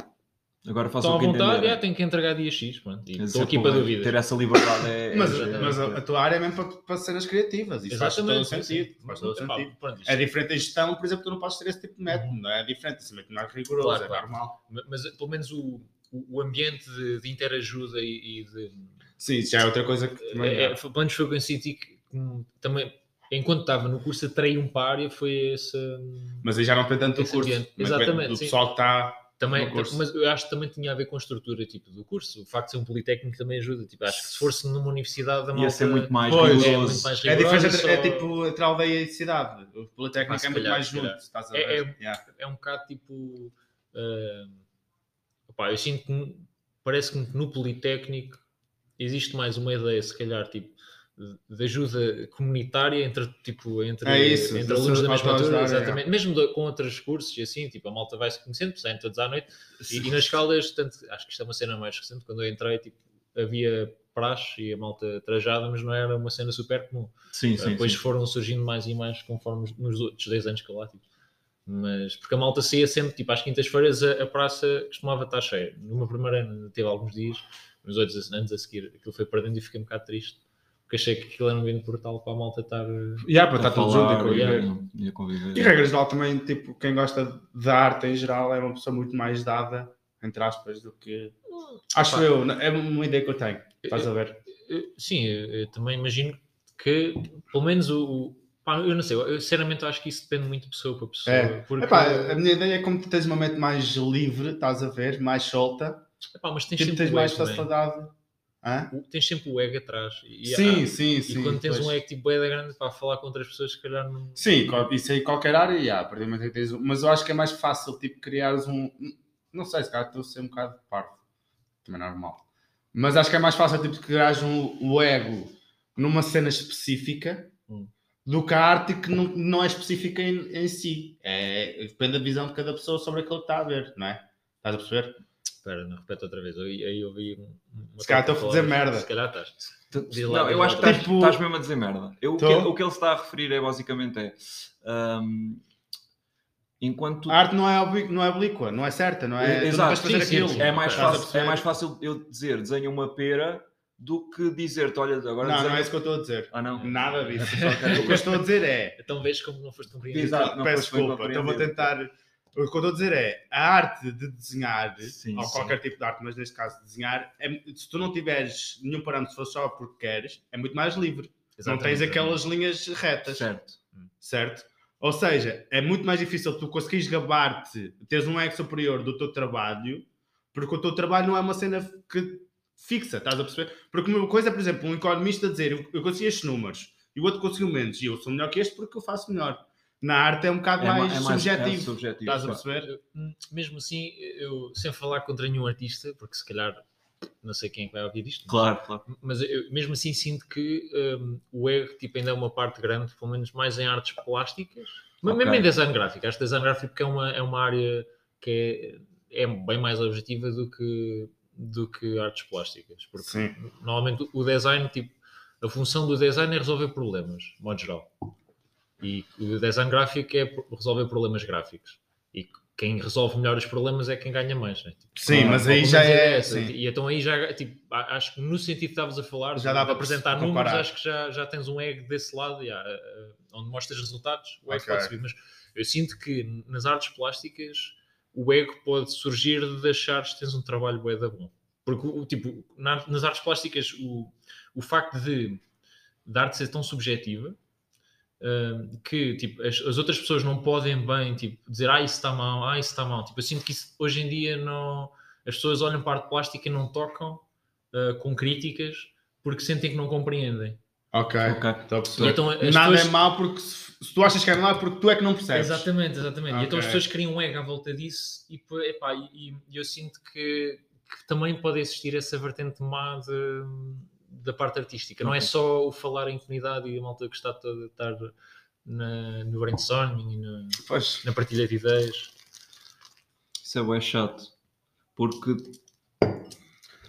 [SPEAKER 1] Agora faço
[SPEAKER 3] estão à
[SPEAKER 1] o que
[SPEAKER 3] vontade,
[SPEAKER 1] entender.
[SPEAKER 3] é, tenho que entregar dia X, pronto, e
[SPEAKER 1] Quer
[SPEAKER 3] estou
[SPEAKER 1] dizer,
[SPEAKER 3] aqui
[SPEAKER 1] pô,
[SPEAKER 3] para dúvidas.
[SPEAKER 1] é Ter essa liberdade é.
[SPEAKER 2] Mas,
[SPEAKER 1] é-
[SPEAKER 2] mas a, a tua área é mesmo para, para cenas criativas. Isso faz todo o
[SPEAKER 3] sim,
[SPEAKER 2] sentido.
[SPEAKER 3] sim.
[SPEAKER 2] Faz todo o
[SPEAKER 3] Epá,
[SPEAKER 2] sentido.
[SPEAKER 3] pronto, isto-
[SPEAKER 2] É diferente a gestão, por exemplo, tu não podes ter esse tipo de método, não é? É diferente, isso é muito mais rigoroso,
[SPEAKER 3] Claro,
[SPEAKER 2] é
[SPEAKER 3] claro.
[SPEAKER 2] normal.
[SPEAKER 3] Ma- mas pelo menos o, o o ambiente de, de interajuda e, e de.
[SPEAKER 2] Sim, isso já é outra coisa que também
[SPEAKER 3] É, é, foi- pelo menos foi o que eu senti que hum, também, enquanto estava no curso, atraí um par e foi esse. hum,
[SPEAKER 2] Mas aí já não tem tanto do
[SPEAKER 3] Esse
[SPEAKER 2] curso.
[SPEAKER 3] ambiente.
[SPEAKER 2] mas depende
[SPEAKER 3] Exatamente,
[SPEAKER 2] Do
[SPEAKER 3] sim.
[SPEAKER 2] pessoal que está.
[SPEAKER 3] Também,
[SPEAKER 2] no curso.
[SPEAKER 3] mas eu acho que também tinha a ver com a estrutura tipo, do curso. O facto de ser um politécnico também ajuda. Tipo, acho que se fosse numa universidade, a
[SPEAKER 1] Ia
[SPEAKER 3] malta
[SPEAKER 1] ser muito mais
[SPEAKER 2] Pois,
[SPEAKER 3] é
[SPEAKER 1] rigoroso.
[SPEAKER 3] muito mais
[SPEAKER 2] É
[SPEAKER 3] rigorosa,
[SPEAKER 2] diferente, entre- é
[SPEAKER 3] só-
[SPEAKER 2] tipo entre aldeia e cidade. O Politécnico
[SPEAKER 3] Ah, se
[SPEAKER 2] é muito
[SPEAKER 3] calhar,
[SPEAKER 2] mais
[SPEAKER 3] se
[SPEAKER 2] junto.
[SPEAKER 3] calhar.
[SPEAKER 2] Estás a
[SPEAKER 3] É-
[SPEAKER 2] ver? Yeah.
[SPEAKER 3] é um bocado tipo. ah, opá, eu sinto que n- parece que no Politécnico existe mais uma ideia, se calhar, tipo, de- de ajuda comunitária entre, tipo, entre,
[SPEAKER 2] É isso,
[SPEAKER 3] entre
[SPEAKER 2] de
[SPEAKER 3] alunos
[SPEAKER 2] se
[SPEAKER 3] da mesma
[SPEAKER 2] autoajudar,
[SPEAKER 3] turma,
[SPEAKER 2] é.
[SPEAKER 3] exatamente. Mesmo do- com outros cursos e assim, tipo, a malta vai se conhecendo, porque saem todos à noite. E, e nas caldas, tanto, acho que isto é uma cena mais recente, quando eu entrei, tipo, havia praxe e a malta trajada, mas não era uma cena super comum.
[SPEAKER 1] Sim, sim.
[SPEAKER 3] Depois
[SPEAKER 1] sim.
[SPEAKER 3] foram surgindo mais e mais conforme nos outros 10 anos que eu lá tive. Mas porque a malta saía sempre, tipo, às quintas-feiras a, a praça costumava estar cheia. Numa primeira ano teve alguns dias, nos outros anos a seguir aquilo foi perdendo e fiquei um bocado triste. Porque achei que aquilo era um grande portal para a malta estar. eh,
[SPEAKER 2] Yeah, para
[SPEAKER 1] A
[SPEAKER 2] estar tudo
[SPEAKER 1] falar,
[SPEAKER 2] junto e
[SPEAKER 1] ia-
[SPEAKER 2] conviver.
[SPEAKER 1] ia conviver.
[SPEAKER 2] E regra geral também, tipo, quem gosta da arte em geral é uma pessoa muito mais dada, entre aspas, do que
[SPEAKER 3] Não,
[SPEAKER 2] Acho
[SPEAKER 3] Opa.
[SPEAKER 2] eu, é uma ideia que eu tenho. Estás a
[SPEAKER 3] É,
[SPEAKER 2] ver?
[SPEAKER 3] eu- sim, eu, eu também imagino que, pelo menos, o. o- pá, eu não sei, eu sinceramente acho que isso depende muito de pessoa para pessoa.
[SPEAKER 2] É.
[SPEAKER 3] porque-
[SPEAKER 2] Epá, a minha ideia é como tu tens uma mente mais livre, estás a ver, mais solta,
[SPEAKER 3] epá, mas tens
[SPEAKER 2] tipo,
[SPEAKER 3] sempre,
[SPEAKER 2] tens
[SPEAKER 3] o
[SPEAKER 2] mais
[SPEAKER 3] ego, também.
[SPEAKER 2] facilidade. Hã?
[SPEAKER 3] O- tens sempre o ego atrás. E,
[SPEAKER 2] sim,
[SPEAKER 3] há-
[SPEAKER 2] sim,
[SPEAKER 3] e
[SPEAKER 2] sim.
[SPEAKER 3] quando tens
[SPEAKER 2] pois.
[SPEAKER 3] um ego tipo bué da grande para falar com outras pessoas, se calhar não.
[SPEAKER 2] Sim, co- isso aí qualquer área, yeah, a partir do momento em que tens um- mas eu acho que é mais fácil, tipo, criares um. Não sei, se calhar estou a ser um bocado parvo, também é normal. Mas acho que é mais fácil, tipo, criares um, o ego numa cena específica
[SPEAKER 3] Hum.
[SPEAKER 2] do que a arte que não, não é específica em, em si. É, depende da visão de cada pessoa sobre aquilo que está a ver, não é? Estás a perceber?
[SPEAKER 3] Espera, não repete outra vez. Aí aí eu ouvi. um- uma
[SPEAKER 2] Se calhar
[SPEAKER 3] troca
[SPEAKER 2] estou a
[SPEAKER 3] de
[SPEAKER 2] fazer
[SPEAKER 3] palavras.
[SPEAKER 2] merda.
[SPEAKER 3] Se calhar estás. Diz lá,
[SPEAKER 1] Então, Não,
[SPEAKER 3] diz
[SPEAKER 1] eu
[SPEAKER 3] lá.
[SPEAKER 1] acho que estás,
[SPEAKER 2] Tipo-
[SPEAKER 1] estás mesmo a dizer merda. Eu, o, que,
[SPEAKER 2] Tô.
[SPEAKER 1] o que ele está a referir é basicamente é. hum, enquanto.
[SPEAKER 2] A arte não é, obli- não é oblíqua, não é certa, não é? tu não
[SPEAKER 1] Exato,
[SPEAKER 2] vais fazer
[SPEAKER 3] sim, sim,
[SPEAKER 2] aquilo.
[SPEAKER 3] sim.
[SPEAKER 1] é, mais
[SPEAKER 2] Estás a
[SPEAKER 1] fácil, é
[SPEAKER 2] perceber?
[SPEAKER 1] mais fácil eu dizer desenha uma pera do que dizer-te, olha, agora
[SPEAKER 2] Não, não
[SPEAKER 1] desenha-
[SPEAKER 2] é isso que eu estou a dizer.
[SPEAKER 1] Ah, não.
[SPEAKER 2] Nada disso. só que O que eu estou a dizer é.
[SPEAKER 3] Então vejo como não foste compreendido.
[SPEAKER 1] Exato, não
[SPEAKER 2] peço
[SPEAKER 1] foste bem
[SPEAKER 2] desculpa. Então vou
[SPEAKER 1] compreendido.
[SPEAKER 2] tentar. O que eu estou a dizer é a arte de desenhar,
[SPEAKER 1] Sim,
[SPEAKER 2] ou
[SPEAKER 1] sim.
[SPEAKER 2] qualquer tipo de arte, mas neste caso desenhar, é- se tu não tiveres nenhum parâmetro, se for só porque queres, é muito mais livre.
[SPEAKER 3] Exatamente.
[SPEAKER 2] Não tens aquelas linhas retas, certo.
[SPEAKER 1] Certo.
[SPEAKER 2] Ou seja, é muito mais difícil tu conseguires gabar-te, teres um ego superior do teu trabalho, porque o teu trabalho não é uma cena que fixa, estás a perceber? Porque uma coisa é, por exemplo, um economista dizer eu, eu consegui estes números e o outro conseguiu menos e eu sou melhor que este porque eu faço melhor. Na arte é um bocado
[SPEAKER 1] ma-
[SPEAKER 2] mais,
[SPEAKER 1] é
[SPEAKER 2] subjetivo.
[SPEAKER 1] subjetivo,
[SPEAKER 2] Estás a
[SPEAKER 1] claro.
[SPEAKER 2] perceber?
[SPEAKER 3] Hum, Mesmo assim, eu sem falar contra nenhum artista, porque se calhar não sei quem é que vai ouvir isto,
[SPEAKER 1] Claro, claro.
[SPEAKER 3] mas eu mesmo assim sinto que hum, o ego tipo, ainda é uma parte grande, pelo menos mais em artes plásticas, mas
[SPEAKER 1] Ok.
[SPEAKER 3] mesmo em design gráfico. Acho que design gráfico é uma, é uma área que é, é bem mais objetiva do que, do que artes plásticas, porque
[SPEAKER 2] Sim.
[SPEAKER 3] normalmente o design, tipo, a função do design é resolver problemas, de modo geral. E o design gráfico é pro- resolver problemas gráficos. E quem resolve melhor os problemas é quem ganha mais, né? Tipo,
[SPEAKER 2] Sim, mas
[SPEAKER 3] ou
[SPEAKER 2] aí
[SPEAKER 3] pelo
[SPEAKER 2] já
[SPEAKER 3] menos
[SPEAKER 2] é.
[SPEAKER 3] essa.
[SPEAKER 2] Sim.
[SPEAKER 3] E então aí já, tipo, a- acho que no sentido que estavas a falar,
[SPEAKER 2] Já
[SPEAKER 3] já
[SPEAKER 2] dá
[SPEAKER 3] dá
[SPEAKER 2] para
[SPEAKER 3] para apresentar
[SPEAKER 2] perce-
[SPEAKER 3] números,
[SPEAKER 2] comparar.
[SPEAKER 3] acho que já, já tens um ego desse lado, já, eh, eh, onde mostras resultados, o ego
[SPEAKER 2] Ok.
[SPEAKER 3] pode subir. Mas eu sinto que nas artes plásticas o ego pode surgir de achares que tens um trabalho bué da bom. Porque, o- o tipo, na- nas artes plásticas, o, o facto de da arte ser tão subjetiva hum, que tipo, as, as outras pessoas não podem bem tipo, dizer ah, isso está mal, ah, isso está mal. Tipo, eu sinto que isso, hoje em dia não, as pessoas olham para a arte plástica e não tocam ah, com críticas porque sentem que não compreendem.
[SPEAKER 2] Ok.
[SPEAKER 1] Ok.
[SPEAKER 2] Estou a
[SPEAKER 3] E
[SPEAKER 2] perceber.
[SPEAKER 3] então, as
[SPEAKER 2] Nada
[SPEAKER 3] pessoas-
[SPEAKER 2] é mau porque se, se tu achas que é mau é porque tu é que não percebes.
[SPEAKER 3] Exatamente, exatamente. E então as
[SPEAKER 2] Ok.
[SPEAKER 3] pessoas criam um ego à volta disso e, pô, epá, e- e eu sinto que, que também pode existir essa vertente má de- da parte artística. Não é
[SPEAKER 1] Ok.
[SPEAKER 3] só o falar em comunidade e a malta gostar toda de estar na, no brainstorming e na,
[SPEAKER 2] Pois.
[SPEAKER 3] na partilha de ideias.
[SPEAKER 1] Isso é bué chato. Porque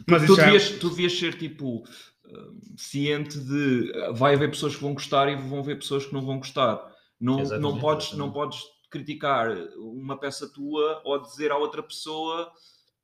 [SPEAKER 2] Mas
[SPEAKER 1] tu
[SPEAKER 2] isso já é-
[SPEAKER 1] devias, tu devias ser tipo hum, ciente de ah, vai haver pessoas que vão gostar e vão haver pessoas que não vão gostar. Não, não,
[SPEAKER 3] Exatamente,
[SPEAKER 1] podes,
[SPEAKER 3] exatamente.
[SPEAKER 1] não podes criticar uma peça tua ou dizer à outra pessoa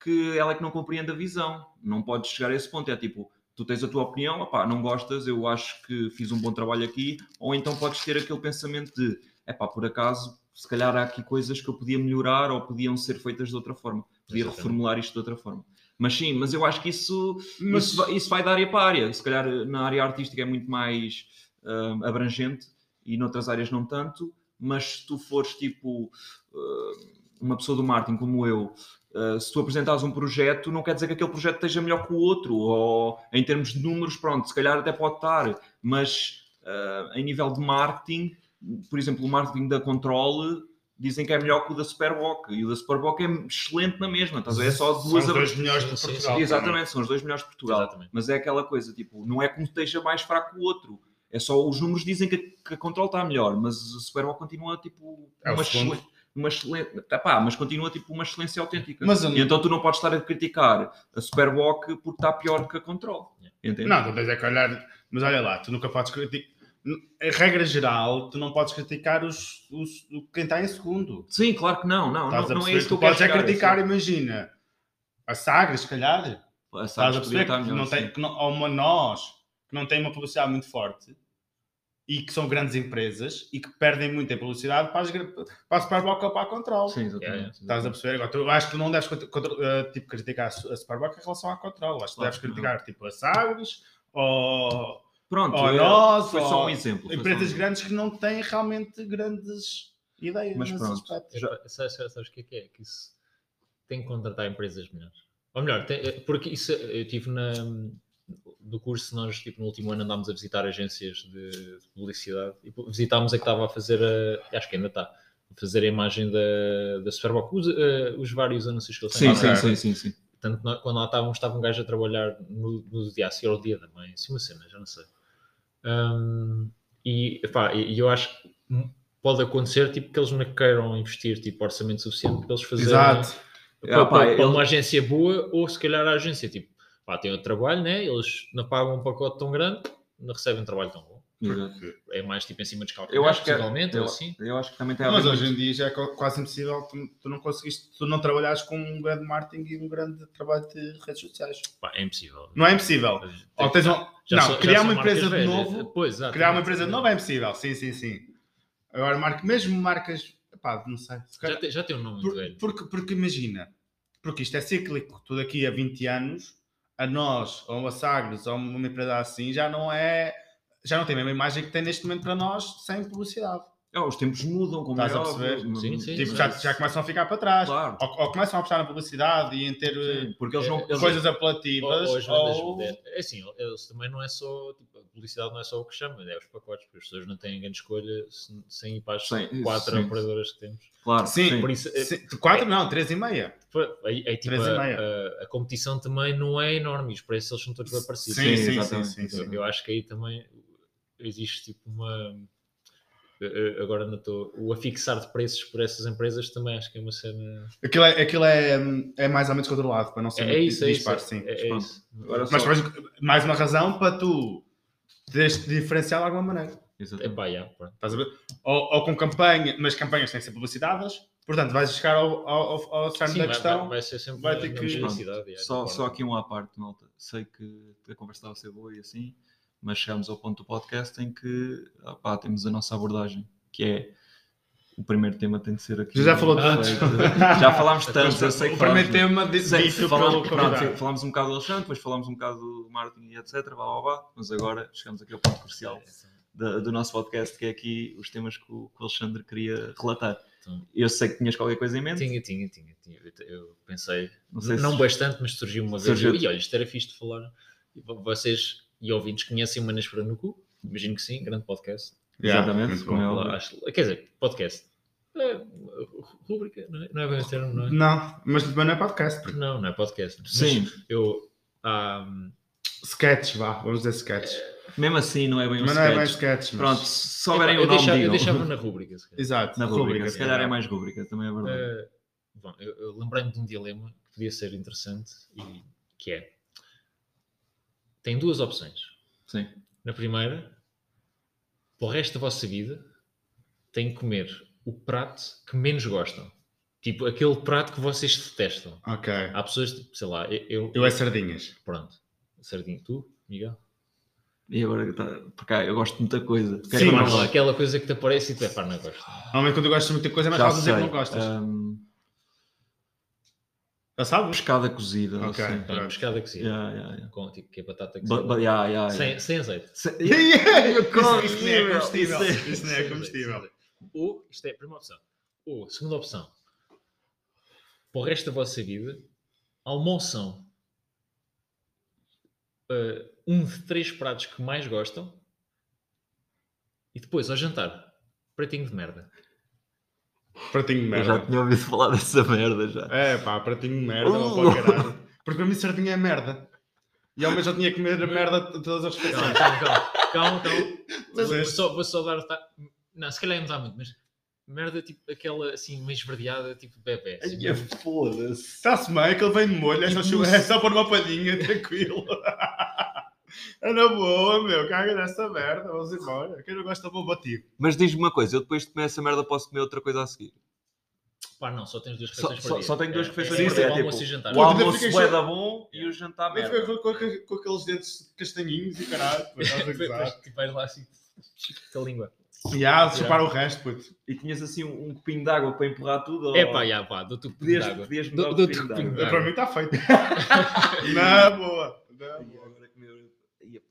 [SPEAKER 1] que ela é que não compreende a visão. Não podes chegar a esse ponto. É tipo, tu tens a tua opinião, opá, não gostas, eu acho que fiz um bom trabalho aqui, ou então podes ter aquele pensamento de epá, por acaso, se calhar há aqui coisas que eu podia melhorar ou podiam ser feitas de outra forma, podia
[SPEAKER 3] Exatamente.
[SPEAKER 1] reformular isto de outra forma. Mas sim, mas eu acho que isso
[SPEAKER 2] Mas-
[SPEAKER 1] isso, vai- isso vai da área para a área. Se calhar na área artística é muito mais hum, abrangente e noutras áreas não tanto, mas se tu fores tipo hum, uma pessoa do marketing como eu, hum, se tu apresentares um projeto, não quer dizer que aquele projeto esteja melhor que o outro, ou em termos de números, pronto, se calhar até pode estar, mas hum, em nível de marketing, por exemplo, o marketing da Controle. Dizem que é melhor que o da Superbock e o da Superbock é excelente na mesma, estás a ver? É só
[SPEAKER 2] São
[SPEAKER 1] duas
[SPEAKER 2] os
[SPEAKER 1] abra-
[SPEAKER 2] dois melhores é? de
[SPEAKER 3] Sim, sim, sim.
[SPEAKER 2] Portugal.
[SPEAKER 1] Exatamente, são os dois melhores de Portugal.
[SPEAKER 3] Exatamente.
[SPEAKER 1] Mas é aquela coisa, tipo, não é que um esteja mais fraco que o outro. É só os números dizem que, que a Control está melhor, mas o Superbowl continua tipo
[SPEAKER 2] É o
[SPEAKER 1] uma,
[SPEAKER 2] segundo.
[SPEAKER 1] excelente, uma excelente. tá pá, mas continua tipo uma excelência autêntica.
[SPEAKER 2] Mas eu não-
[SPEAKER 1] E então tu não podes estar a criticar a Superwalk porque está pior que a Control. Entende?
[SPEAKER 2] Não, tu tens é que olhar, mas olha lá, tu nunca podes criticar. Em regra geral, tu não podes criticar os, os, o- quem está em segundo.
[SPEAKER 1] Sim, claro que não, não,
[SPEAKER 2] Estás
[SPEAKER 1] não,
[SPEAKER 2] a
[SPEAKER 1] não é
[SPEAKER 2] perceber?
[SPEAKER 1] isso que
[SPEAKER 2] tu
[SPEAKER 1] eu quero
[SPEAKER 2] podes é
[SPEAKER 1] chegar,
[SPEAKER 2] criticar,
[SPEAKER 1] é
[SPEAKER 2] imagina, a Sagres, se calhar.
[SPEAKER 1] só- a
[SPEAKER 2] Estás
[SPEAKER 1] Sagres
[SPEAKER 2] a
[SPEAKER 1] podia
[SPEAKER 2] perceber
[SPEAKER 1] estar
[SPEAKER 2] que
[SPEAKER 1] melhor.
[SPEAKER 2] não tem,
[SPEAKER 1] sim.
[SPEAKER 2] que não, ou uma nós que não tem uma publicidade muito forte. e que são grandes empresas e que perdem muito em publicidade para, as, gra- para a Superbock ou para a Control.
[SPEAKER 1] Sim, exatamente.
[SPEAKER 2] É, Estás a perceber? Agora, tu, acho que tu não deves contro- contro- eh, tipo, criticar a Su- a Superbock em relação à Control. Acho que
[SPEAKER 1] Claro
[SPEAKER 2] deves
[SPEAKER 1] que não.
[SPEAKER 2] criticar tipo, a Sagres ou
[SPEAKER 1] Pronto,
[SPEAKER 2] Oh,
[SPEAKER 1] eu-
[SPEAKER 2] nossa,
[SPEAKER 1] foi só
[SPEAKER 2] oh,
[SPEAKER 1] um exemplo. foi só um
[SPEAKER 2] empresas
[SPEAKER 1] exemplo.
[SPEAKER 2] grandes que não têm realmente grandes ideias
[SPEAKER 1] Mas
[SPEAKER 2] nesse
[SPEAKER 1] pronto.
[SPEAKER 2] aspecto.
[SPEAKER 1] Já-
[SPEAKER 3] É, Sabes, sabes- sabes o que é que é? Que isso tem que contratar empresas melhores. Ou melhor, tem- é, porque isso eu tive na, no curso, nós tipo, no último ano andámos a visitar agências de, de publicidade e pu- visitámos a que estava a fazer a. Acho que ainda está. A fazer a imagem da, da Superboc, os, eh, os vários anúncios que eles têm.
[SPEAKER 1] Sim,
[SPEAKER 3] lá. é?
[SPEAKER 1] sim,
[SPEAKER 2] Ok.
[SPEAKER 1] sim, sim, sim.
[SPEAKER 3] Portanto, nó- quando lá estávamos, estava um gajo a trabalhar no, no dia a seguir ao dia da mãe, assim uma cena, já não sei. Hum, e, epá, e e eu acho que hum, pode acontecer tipo, que eles não queiram investir tipo, orçamento suficiente para eles fazerem
[SPEAKER 2] Exato.
[SPEAKER 3] para,
[SPEAKER 1] Ah, pá,
[SPEAKER 3] para- para
[SPEAKER 1] ele-
[SPEAKER 3] uma agência boa ou se calhar a agência tipo, pá, tem outro trabalho, né? eles não pagam um pacote tão grande, não recebem um trabalho tão bom.
[SPEAKER 1] Exato.
[SPEAKER 3] É mais tipo em cima dos calcanhares,
[SPEAKER 1] Eu acho que é-
[SPEAKER 3] possivelmente,
[SPEAKER 1] eu,
[SPEAKER 3] ou assim.
[SPEAKER 1] eu acho que também tem a ver
[SPEAKER 2] Mas hoje
[SPEAKER 1] muito-
[SPEAKER 2] em dia já é co- quase impossível tu, tu não conseguiste, tu não trabalhares com um grande marketing e um grande trabalho de redes sociais.
[SPEAKER 3] Pá, é impossível. tipo,
[SPEAKER 2] Não é impossível. Ou tens um-
[SPEAKER 3] Já
[SPEAKER 2] não,
[SPEAKER 3] são- já
[SPEAKER 2] criar
[SPEAKER 3] são
[SPEAKER 2] uma
[SPEAKER 3] marcas
[SPEAKER 2] empresa de
[SPEAKER 3] velhas.
[SPEAKER 2] novo,
[SPEAKER 3] Pois, exato,
[SPEAKER 2] criar uma
[SPEAKER 3] exato,
[SPEAKER 2] empresa
[SPEAKER 3] exato.
[SPEAKER 2] nova é impossível, sim, sim, sim. Agora, marca, mesmo marcas, pá, não sei, se
[SPEAKER 3] Já
[SPEAKER 2] calhar-
[SPEAKER 3] tem, já tem um nome
[SPEAKER 2] é- por-
[SPEAKER 3] muito velho.
[SPEAKER 2] porque, porque imagina, porque isto é cíclico, tu daqui a 20 anos, a nós, ou a Sagres, ou uma empresa assim, já não é, já não tem a mesma imagem que tem neste momento para nós sem publicidade.
[SPEAKER 1] Ah, os tempos mudam, como
[SPEAKER 2] Estás
[SPEAKER 1] é
[SPEAKER 2] a perceber?
[SPEAKER 1] óbvio.
[SPEAKER 3] Sim, sim.
[SPEAKER 2] Tipo,
[SPEAKER 1] Mas-
[SPEAKER 2] já, já começam a ficar para trás.
[SPEAKER 1] Claro.
[SPEAKER 2] Ou, ou começam a apostar na publicidade e em ter eh,
[SPEAKER 1] Sim, porque eles não. Eles,
[SPEAKER 2] coisas
[SPEAKER 3] Ou-
[SPEAKER 2] apelativas.
[SPEAKER 3] ou as vendas
[SPEAKER 2] ou-
[SPEAKER 3] modernas. É assim, eles também não é só. Tipo, a publicidade não é só o que chama, é os pacotes, porque as pessoas não têm grande escolha se- sem ir para as
[SPEAKER 1] Sim,
[SPEAKER 3] quatro
[SPEAKER 1] sim.
[SPEAKER 3] operadoras que temos.
[SPEAKER 1] Claro,
[SPEAKER 2] Sim, eh,
[SPEAKER 1] sim.
[SPEAKER 3] Por isso, é,
[SPEAKER 2] Sim, de quatro não, três e meia.
[SPEAKER 3] pô, aí- aí, tipo,
[SPEAKER 2] Três e
[SPEAKER 3] a,
[SPEAKER 2] meia.
[SPEAKER 3] a- a competição também não é enorme, e os preços eles são todos bem parecidos.
[SPEAKER 2] Sim, sim, sim,
[SPEAKER 1] exatamente.
[SPEAKER 2] sim, sim.
[SPEAKER 3] Eu, eu acho que aí também existe tipo uma. eu- eu- Agora não estou. O afixar de preços por essas empresas também acho que é uma cena.
[SPEAKER 2] Aquilo, é, aquilo é, hum, é mais ou menos controlado, para não ser
[SPEAKER 3] É,
[SPEAKER 2] muito
[SPEAKER 3] é isso, é isso.
[SPEAKER 2] disparo,
[SPEAKER 3] é-
[SPEAKER 2] sim.
[SPEAKER 3] é- é
[SPEAKER 1] Pronto.
[SPEAKER 3] isso.
[SPEAKER 1] Agora
[SPEAKER 2] Mas
[SPEAKER 1] só-
[SPEAKER 2] por exemplo, mais uma razão para tu teres de diferenciar de alguma maneira.
[SPEAKER 1] Exatamente.
[SPEAKER 3] Epá, yeah, É pronto.
[SPEAKER 2] Estás a ver? Ou, ou com campanha, mas campanhas têm que ser publicitadas, portanto vais chegar ao, ao, ao, ao cerne
[SPEAKER 3] Sim,
[SPEAKER 2] da
[SPEAKER 3] vai-
[SPEAKER 2] questão.
[SPEAKER 3] vai, vai ser sempre
[SPEAKER 2] vai
[SPEAKER 3] na-
[SPEAKER 2] ter
[SPEAKER 3] na
[SPEAKER 2] que-
[SPEAKER 3] publicidade, é,
[SPEAKER 1] Só,
[SPEAKER 3] concordo.
[SPEAKER 1] só aqui um à parte, malta. Sei que a conversa estava a ser boa e assim, mas chegamos ao ponto do podcast em que ah pá, temos a nossa abordagem, que é o primeiro tema tem de ser aqui.
[SPEAKER 2] Já falou
[SPEAKER 1] feito.
[SPEAKER 2] tantos.
[SPEAKER 1] Já falámos tanto, eu sei que
[SPEAKER 2] o primeiro
[SPEAKER 1] falámos-
[SPEAKER 2] tema disse
[SPEAKER 1] sei que
[SPEAKER 2] dito pelo
[SPEAKER 1] falámos, pronto,
[SPEAKER 2] convidado.
[SPEAKER 1] falámos um bocado do Alexandre, depois falámos um bocado do Martin e etc. Blá, blá, blá, mas agora chegamos aqui ao ponto
[SPEAKER 3] É,
[SPEAKER 1] crucial da- do nosso podcast, que é aqui os temas que o, que o Alexandre queria relatar.
[SPEAKER 3] Então.
[SPEAKER 1] Eu sei que tinhas qualquer coisa em mente.
[SPEAKER 3] Tinha, tinha, tinha, tinha. Eu, eu pensei,
[SPEAKER 1] Não sei se-
[SPEAKER 3] não bastante, mas surgiu uma vez.
[SPEAKER 1] Surgiu.
[SPEAKER 3] eu, E olha, isto era fixe de falar. E vo- Vocês e ouvintes conhecem o Manas para no cu? Imagino que sim, grande podcast.
[SPEAKER 1] Exatamente,
[SPEAKER 2] muito
[SPEAKER 1] como
[SPEAKER 2] bom.
[SPEAKER 1] é óbvio.
[SPEAKER 3] Lá, acho- quer dizer, podcast. É, rúbrica, não é, não é bem o termo, não é?
[SPEAKER 2] Não, mas também não é podcast.
[SPEAKER 3] Não, não é podcast. Mas
[SPEAKER 1] Sim,
[SPEAKER 3] Eu. ah, há-
[SPEAKER 2] Sketch, vá, vamos dizer sketch.
[SPEAKER 1] mesmo assim não é bem um
[SPEAKER 2] mas não é mais
[SPEAKER 1] sketch.
[SPEAKER 2] sketch, mas...
[SPEAKER 1] Pronto, se souberem
[SPEAKER 3] Epá,
[SPEAKER 1] o
[SPEAKER 3] eu
[SPEAKER 1] nome,
[SPEAKER 3] deixava, eu
[SPEAKER 1] digam.
[SPEAKER 3] deixava na rúbrica. se calhar.
[SPEAKER 2] Exato,
[SPEAKER 1] Na rubrica, se
[SPEAKER 2] sim.
[SPEAKER 1] calhar é mais rubrica, também é verdade.
[SPEAKER 3] Eh, bom, eu, eu lembrei-me de um dilema que podia ser interessante e que é tem duas opções.
[SPEAKER 1] Sim.
[SPEAKER 3] Na primeira, para o resto da vossa vida, têm que comer o prato que menos gostam. Tipo, aquele prato que vocês detestam.
[SPEAKER 2] Ok.
[SPEAKER 3] Há pessoas, tipo, sei lá, eu...
[SPEAKER 2] Eu é sardinhas.
[SPEAKER 3] Pronto. Sardinho, tu, Miguel?
[SPEAKER 1] E agora, tá, porque ah, eu gosto de muita coisa. O que é que
[SPEAKER 2] Sim,
[SPEAKER 1] eu não
[SPEAKER 2] mas-
[SPEAKER 1] gosto?
[SPEAKER 3] aquela coisa que te aparece e tu é pá, não gosto.
[SPEAKER 2] Normalmente quando eu gosto de muita coisa, é mais
[SPEAKER 1] Já
[SPEAKER 2] fácil dizer que
[SPEAKER 1] sei,
[SPEAKER 2] não gostas.
[SPEAKER 1] hum,
[SPEAKER 2] Já sabes?
[SPEAKER 1] pescada cozida.
[SPEAKER 2] Ok.
[SPEAKER 1] Assim.
[SPEAKER 3] Então,
[SPEAKER 2] Pronto.
[SPEAKER 3] pescada que sim.
[SPEAKER 1] Yeah, yeah, yeah.
[SPEAKER 3] Com, tipo, que é batata que
[SPEAKER 1] Ba- ba-
[SPEAKER 3] sim.
[SPEAKER 1] yeah, yeah,
[SPEAKER 3] sem,
[SPEAKER 1] yeah.
[SPEAKER 3] sem azeite.
[SPEAKER 1] Se-
[SPEAKER 2] Isso- Isso não é
[SPEAKER 1] Comestível,
[SPEAKER 2] combustível.
[SPEAKER 1] isso é-
[SPEAKER 2] Isso não é
[SPEAKER 3] Sem
[SPEAKER 2] combustível.
[SPEAKER 3] azeite, sem azeite. Ou, isto é a primeira opção. Ou, segunda opção, para o resto da vossa vida, almoçam eh, um de três pratos que mais gostam e depois, ao jantar, pratinho de merda.
[SPEAKER 2] Pratinho de
[SPEAKER 1] Eu já
[SPEAKER 2] merda.
[SPEAKER 1] tinha ouvido falar dessa merda já.
[SPEAKER 2] É pá, pratinho de merda, não
[SPEAKER 1] Uh.
[SPEAKER 2] pode caralho. Porque para mim sardinha é merda. E ao menos eu tinha que comer a merda de todas as
[SPEAKER 3] Calma,
[SPEAKER 2] refeições.
[SPEAKER 3] calma, calma. calma, calma.
[SPEAKER 2] Mas
[SPEAKER 3] vou,
[SPEAKER 2] é-
[SPEAKER 3] só, vou só dar... o ta- Não, se calhar ia mudar muito, mas merda, tipo, aquela assim, meio esverdeada, tipo bebê. assim,
[SPEAKER 1] Ai, foda-se. Tipo
[SPEAKER 2] Está-se bem, que ele vem de molho, é só, chu- é só pôr uma palhinha, tranquilo. É na boa, meu, caga nessa merda, vamos embora. Quem não gosta, bom batido.
[SPEAKER 1] Mas diz-me uma coisa, eu depois de comer essa merda posso comer outra coisa a seguir.
[SPEAKER 3] Pá, não, só tens duas
[SPEAKER 1] Só-
[SPEAKER 3] refeições
[SPEAKER 1] só-
[SPEAKER 3] por dia.
[SPEAKER 1] só tenho duas
[SPEAKER 3] É,
[SPEAKER 1] refeições
[SPEAKER 3] é,
[SPEAKER 2] por
[SPEAKER 3] é,
[SPEAKER 2] dia,
[SPEAKER 3] é,
[SPEAKER 1] tipo,
[SPEAKER 3] almoço e jantar.
[SPEAKER 1] O
[SPEAKER 2] Pô, ainda
[SPEAKER 1] almoço
[SPEAKER 2] fiquei
[SPEAKER 1] é
[SPEAKER 2] cheio-
[SPEAKER 1] da bom e o jantar
[SPEAKER 2] Mas fica
[SPEAKER 1] merda.
[SPEAKER 2] com, com- com- com aqueles dentes castanhinhos e caralho, pô, estás a
[SPEAKER 3] Depois
[SPEAKER 2] gozar.
[SPEAKER 3] tu vais lá assim, com a língua.
[SPEAKER 2] E há de chupar o resto, puto.
[SPEAKER 1] E tinhas assim um, um copinho de água para empurrar tudo?
[SPEAKER 3] É
[SPEAKER 1] ou-
[SPEAKER 3] pá, já pá, dou-te o copinho
[SPEAKER 1] Podias-
[SPEAKER 3] de água.
[SPEAKER 1] podias me dar
[SPEAKER 3] Dou-
[SPEAKER 1] o
[SPEAKER 3] Dou-te o
[SPEAKER 1] copinho um de
[SPEAKER 3] copinho de
[SPEAKER 2] Para mim
[SPEAKER 3] água.
[SPEAKER 2] está feito. Na boa. Na
[SPEAKER 1] E
[SPEAKER 2] boa.
[SPEAKER 1] agora que meu- Ia-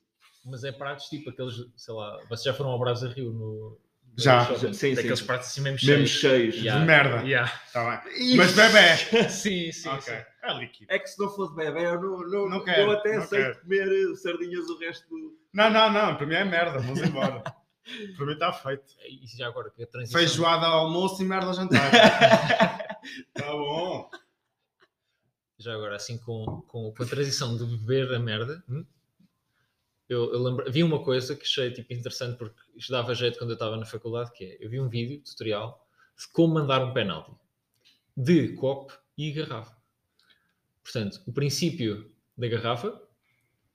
[SPEAKER 3] Mas é pratos tipo aqueles, sei lá, vocês já foram ao Brasa Rio no. no
[SPEAKER 2] Já,
[SPEAKER 3] shopping?
[SPEAKER 1] já, sim, sim.
[SPEAKER 3] Daqueles pratos assim mesmo
[SPEAKER 1] Mesmo
[SPEAKER 3] cheios.
[SPEAKER 1] cheios.
[SPEAKER 3] Yeah.
[SPEAKER 2] De merda.
[SPEAKER 3] Yeah.
[SPEAKER 2] Tá bem. Mas bebê.
[SPEAKER 3] sim, sim,
[SPEAKER 2] Ok.
[SPEAKER 3] sim.
[SPEAKER 2] É líquido.
[SPEAKER 1] É que se não fosse bebê, eu, não, não,
[SPEAKER 2] Não
[SPEAKER 1] eu
[SPEAKER 2] quero,
[SPEAKER 1] até
[SPEAKER 2] não
[SPEAKER 1] aceito
[SPEAKER 2] quero.
[SPEAKER 1] comer eh, sardinhas o resto do.
[SPEAKER 2] Não, não, não. Para mim é merda. Vamos embora. Para mim está feito.
[SPEAKER 3] E já agora, que a transição.
[SPEAKER 2] Feijoada ao almoço e merda ao jantar. Está bom.
[SPEAKER 3] já agora, assim com, com, com a transição de beber a merda, hum? eu, eu lembro, vi uma coisa que achei tipo, interessante porque isto dava jeito quando eu estava na faculdade, que é, eu vi um vídeo, tutorial, de como mandar um penalti de copo e garrafa. Portanto, o princípio da garrafa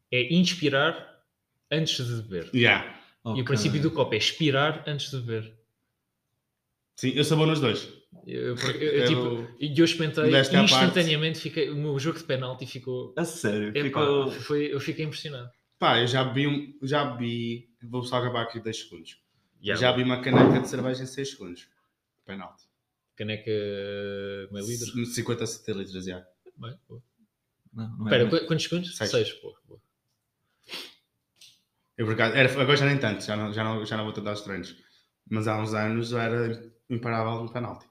[SPEAKER 3] é inspirar antes de beber.
[SPEAKER 2] Yeah.
[SPEAKER 3] E o princípio do copo é expirar antes de beber.
[SPEAKER 2] Sim, eu sou bom nos dois.
[SPEAKER 3] Eu, eu- eu, tipo,
[SPEAKER 2] Eu-
[SPEAKER 3] e eu experimentei
[SPEAKER 2] Modéstia à parte.
[SPEAKER 3] instantaneamente, fiquei, o meu jogo de penalti ficou
[SPEAKER 1] A sério,
[SPEAKER 3] Epá,
[SPEAKER 1] ficou.
[SPEAKER 3] foi, eu fiquei impressionado.
[SPEAKER 2] Pá, eu já vi, um, já vi, vou só acabar aqui 10 segundos. Já vi uma caneca de cerveja em 6 segundos. Penalti.
[SPEAKER 3] Caneca meio litro.
[SPEAKER 2] 50 centilitros, já.
[SPEAKER 3] Bem, boa.
[SPEAKER 1] Não, não é
[SPEAKER 3] é? Espera,
[SPEAKER 1] mesmo.
[SPEAKER 3] qu- quantos segundos?
[SPEAKER 2] Seis.
[SPEAKER 3] Seis, porra, boa.
[SPEAKER 2] Eu, por acaso, era, agora já nem tanto, já não, já não, já não vou tentar os treinos. Mas há uns anos eu era imparável no penalti.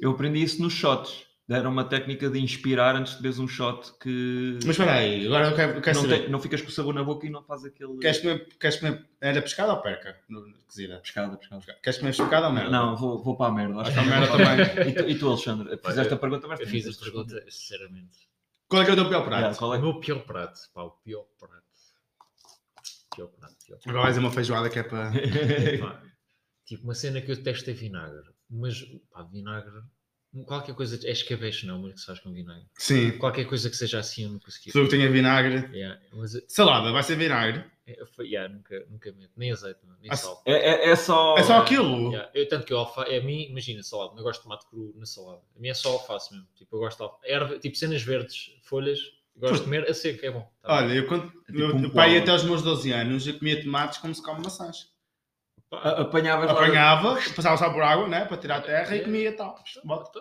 [SPEAKER 1] Eu aprendi isso nos shots. Era uma técnica de inspirar antes de beber um shot que.
[SPEAKER 2] Mas espera aí, agora eu quero, eu quero
[SPEAKER 1] não,
[SPEAKER 2] saber.
[SPEAKER 1] tem- não ficas com o sabor na boca e não faz aquele.
[SPEAKER 2] Queres comer, queres comer, era pescada ou perca? No, no- cozida.
[SPEAKER 1] Pescada, pescada.
[SPEAKER 2] Queres comer pescada ou merda?
[SPEAKER 1] Não, vou, vou para a merda. Acho que
[SPEAKER 2] A merda
[SPEAKER 1] vou para a E
[SPEAKER 2] também.
[SPEAKER 1] tu, e tu, Alexandre, fizeste a pergunta, mas
[SPEAKER 3] Eu
[SPEAKER 1] tens
[SPEAKER 3] fiz
[SPEAKER 1] de
[SPEAKER 3] a
[SPEAKER 1] responder.
[SPEAKER 3] pergunta, sinceramente.
[SPEAKER 2] Qual é que é o teu pior prato?
[SPEAKER 1] Yeah, qual
[SPEAKER 3] O
[SPEAKER 1] é-
[SPEAKER 3] meu pior prato, pá, o pior prato. Pior prato, pior prato.
[SPEAKER 2] Agora vais dizer uma feijoada que é para...
[SPEAKER 3] Pá, tipo, uma cena que eu detesto é vinagre. Mas, pá, vinagre. Qualquer coisa. É escabeche, não, mas que se faz com vinagre.
[SPEAKER 2] Sim,
[SPEAKER 3] Qualquer coisa que seja assim, eu não consegui.
[SPEAKER 2] tudo que tenha vinagre.
[SPEAKER 3] Yeah, mas,
[SPEAKER 2] Salada, vai ser vinagre.
[SPEAKER 3] é, foi- yeah, nunca, nunca meto. Nem azeite, mano, nem
[SPEAKER 2] Ah,
[SPEAKER 3] sal.
[SPEAKER 1] É, é- é só.
[SPEAKER 2] É só
[SPEAKER 1] Uhum.
[SPEAKER 2] aquilo.
[SPEAKER 3] Yeah, Eu, tanto que eu alfa, é a mim, imagina, salada, não gosto de tomate cru na salada. A minha é só alface mesmo. Tipo, eu gosto de alfa- erva, tipo cenas verdes, folhas, gosto de comer a seco, é bom. Tá
[SPEAKER 2] Olha, eu quando
[SPEAKER 1] tipo
[SPEAKER 2] eu-
[SPEAKER 1] um
[SPEAKER 2] eu pai
[SPEAKER 1] koala.
[SPEAKER 2] até aos meus 12 anos, eu comia tomates como se come maçãs.
[SPEAKER 3] bom. Pá,
[SPEAKER 1] A- Apanhavas lá-
[SPEAKER 2] Apanhava, passava só por água, né, para tirar a terra e
[SPEAKER 3] É.
[SPEAKER 2] comia tal.
[SPEAKER 3] tá, tá.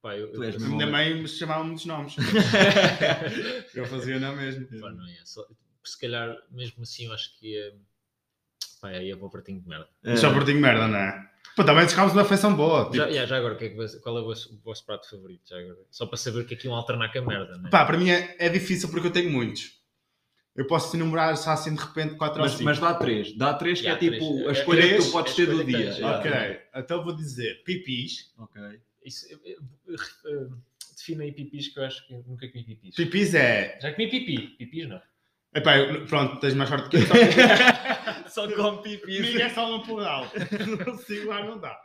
[SPEAKER 3] Pá, eu,
[SPEAKER 1] Tu
[SPEAKER 3] eu-
[SPEAKER 1] és mesmo-
[SPEAKER 2] Minha mãe me chamava muitos nomes. eu fazia na mesma.
[SPEAKER 3] Pá, não é, só- se calhar, mesmo assim, eu acho que é. Pá, aí eu vou pratinho de merda.
[SPEAKER 1] É,
[SPEAKER 2] Só por ti merda, não é? Pô, também descamos uma feição boa. Tipo.
[SPEAKER 3] Já, yeah, já agora, o que é que você- qual é o vosso, o vosso prato favorito? Já agora? Só para saber que aqui um alternar com a merda, né?
[SPEAKER 2] Pá, para mim é, é difícil porque eu tenho muitos. Eu posso enumerar só assim de repente 4 ou
[SPEAKER 1] Mas,
[SPEAKER 2] 5.
[SPEAKER 1] mas dá três. Dá três que
[SPEAKER 3] Yeah,
[SPEAKER 1] é tipo
[SPEAKER 3] três.
[SPEAKER 1] a
[SPEAKER 3] É-
[SPEAKER 1] escolha que
[SPEAKER 2] três,
[SPEAKER 1] tu podes
[SPEAKER 3] é
[SPEAKER 1] ter do
[SPEAKER 3] escolha que
[SPEAKER 1] dia.
[SPEAKER 3] tens.
[SPEAKER 1] Yeah.
[SPEAKER 2] Ok, então vou dizer pipis.
[SPEAKER 1] Ok.
[SPEAKER 3] Isso, eu- eu- eu- defina aí pipis, que eu acho que eu nunca comi pipis.
[SPEAKER 2] Pipis é.
[SPEAKER 3] Já comi pipi, pipis não.
[SPEAKER 2] Epá, eu- pronto, tens mais sorte que eu. Só
[SPEAKER 3] Só com pipis.
[SPEAKER 2] Comigo é só no plural. Não sigo lá, não dá.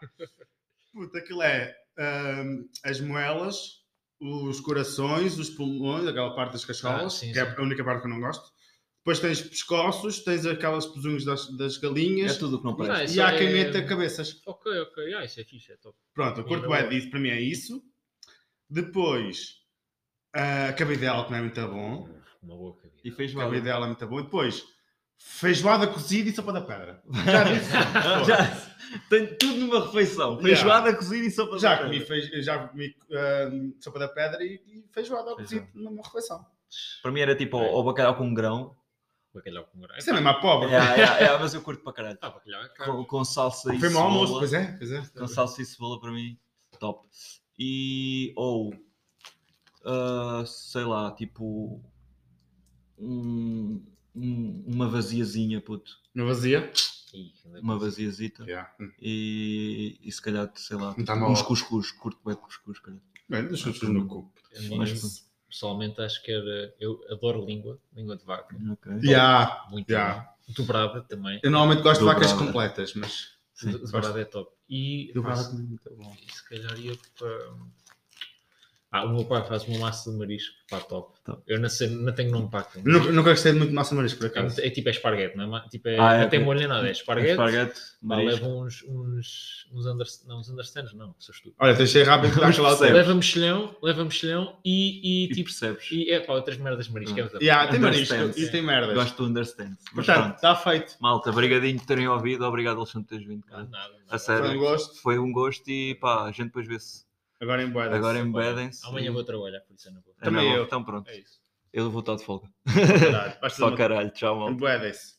[SPEAKER 2] Puta, aquilo é ahm, as moelas, os corações, os pulmões, aquela parte das
[SPEAKER 3] Ah,
[SPEAKER 2] cacholas,
[SPEAKER 3] sim,
[SPEAKER 2] que
[SPEAKER 3] sim.
[SPEAKER 2] é a única parte que eu não gosto. Depois tens pescoços, tens aquelas pesunhos das, das
[SPEAKER 1] É
[SPEAKER 2] galinhas
[SPEAKER 1] tudo o que não parece.
[SPEAKER 3] Isso
[SPEAKER 2] e há
[SPEAKER 3] é-
[SPEAKER 2] quem meta cabeças.
[SPEAKER 3] Ok, ok, ah, isso é fixe, é top.
[SPEAKER 2] Pronto, eu curto
[SPEAKER 3] Ainda
[SPEAKER 2] bem disso, para mim é isso. Depois, a cabidela, que não é muito bom.
[SPEAKER 3] Uma boa cabida.
[SPEAKER 1] E fez mal.
[SPEAKER 2] Cabidela é muito bom. E depois, feijoada cozida e sopa da pedra. Já disse.
[SPEAKER 1] Já tem tudo numa refeição. Feijoada, cozida e sopa de
[SPEAKER 2] Já
[SPEAKER 1] pedra.
[SPEAKER 2] comi, feijo, já comi ahm, sopa da pedra e, e feijoada ao cozido numa refeição.
[SPEAKER 1] Para mim era tipo o bacalhau com grão.
[SPEAKER 3] Bacalhau com grão.
[SPEAKER 2] Isso é mesmo à pobre.
[SPEAKER 1] Yeah, yeah, yeah, mas eu curto para caralho.
[SPEAKER 3] Ah, bacalhau é caro.
[SPEAKER 1] Com, com salsa e
[SPEAKER 2] Foi mau
[SPEAKER 1] cebola.
[SPEAKER 2] almoço, pois é, pois é.
[SPEAKER 1] Com salsa e cebola para mim, top. E ou ah, sei lá, tipo um- um- uma vaziazinha, puto.
[SPEAKER 2] Não vazia?
[SPEAKER 3] Ih, que anda-
[SPEAKER 1] Uma vaziazita.
[SPEAKER 2] Yeah.
[SPEAKER 1] E, e se calhar, sei lá,
[SPEAKER 2] Não tá
[SPEAKER 1] tipo,
[SPEAKER 2] mal.
[SPEAKER 1] uns cuscuz, curto bem cuscuz, cara.
[SPEAKER 2] Bem, deixa os no cu.
[SPEAKER 3] A mim,
[SPEAKER 1] Mas pronto.
[SPEAKER 3] pessoalmente, acho que era. Eu adoro língua, língua de vaca.
[SPEAKER 1] Ok.
[SPEAKER 2] Yeah.
[SPEAKER 1] Ah,
[SPEAKER 3] Muito
[SPEAKER 2] Yeah.
[SPEAKER 3] bom. Dobrada também.
[SPEAKER 2] Eu normalmente gosto de vacas
[SPEAKER 1] Dobrada.
[SPEAKER 2] completas, mas.
[SPEAKER 1] Sim,
[SPEAKER 3] Do- Dobrada é top. E pá,
[SPEAKER 2] também é muito bom.
[SPEAKER 3] se calhar ia para. Ah, o meu pai faz uma massa de marisco, pá, top.
[SPEAKER 2] Top.
[SPEAKER 3] Eu não, sei, não tenho nome para aquilo.
[SPEAKER 2] Nunca, nunca gostei muito de massa marisco, por acaso.
[SPEAKER 3] É, é tipo é esparguete, não é? ma- Tipo, é-
[SPEAKER 1] Ah, é,
[SPEAKER 3] não tem
[SPEAKER 1] ok.
[SPEAKER 3] molho nem nada, é esparguete.
[SPEAKER 1] Esparguete,
[SPEAKER 3] Pá,
[SPEAKER 1] marisco.
[SPEAKER 3] leva uns, uns, uns, under, não, uns understands, não, sou estúpido.
[SPEAKER 2] Olha, deixei rápido que dá aquela
[SPEAKER 1] Percebes?
[SPEAKER 3] Leva mexilhão, leva mexilhão e, e
[SPEAKER 1] e
[SPEAKER 3] tipo.
[SPEAKER 1] percebes.
[SPEAKER 3] E é pá, outras merdas de marisco. é muito
[SPEAKER 2] Ah. Yeah, tem marisco
[SPEAKER 1] Understands.
[SPEAKER 2] e tem merdas.
[SPEAKER 1] Gosto do understand. Mas
[SPEAKER 2] Portanto,
[SPEAKER 1] pronto.
[SPEAKER 2] está feito.
[SPEAKER 1] malta, obrigadinho por terem ouvido. Obrigado, Alexandre, por teres vindo.
[SPEAKER 3] bom.
[SPEAKER 1] Cara.
[SPEAKER 3] Nada, nada.
[SPEAKER 1] A sério.
[SPEAKER 2] Foi um gosto.
[SPEAKER 1] Foi um gosto e pá, a gente depois vê-se.
[SPEAKER 2] Agora é em boeda.
[SPEAKER 1] Agora é embedem-se.
[SPEAKER 3] Amanhã vou trabalhar, por isso eu não vou.
[SPEAKER 1] É
[SPEAKER 2] Também
[SPEAKER 1] mesmo,
[SPEAKER 2] eu.
[SPEAKER 1] Então pronto,
[SPEAKER 3] É isso.
[SPEAKER 1] eu vou estar de folga.
[SPEAKER 2] Caralho, vais fazer
[SPEAKER 1] Só
[SPEAKER 2] uma-
[SPEAKER 1] caralho, tchau, malta.
[SPEAKER 2] Em boedas.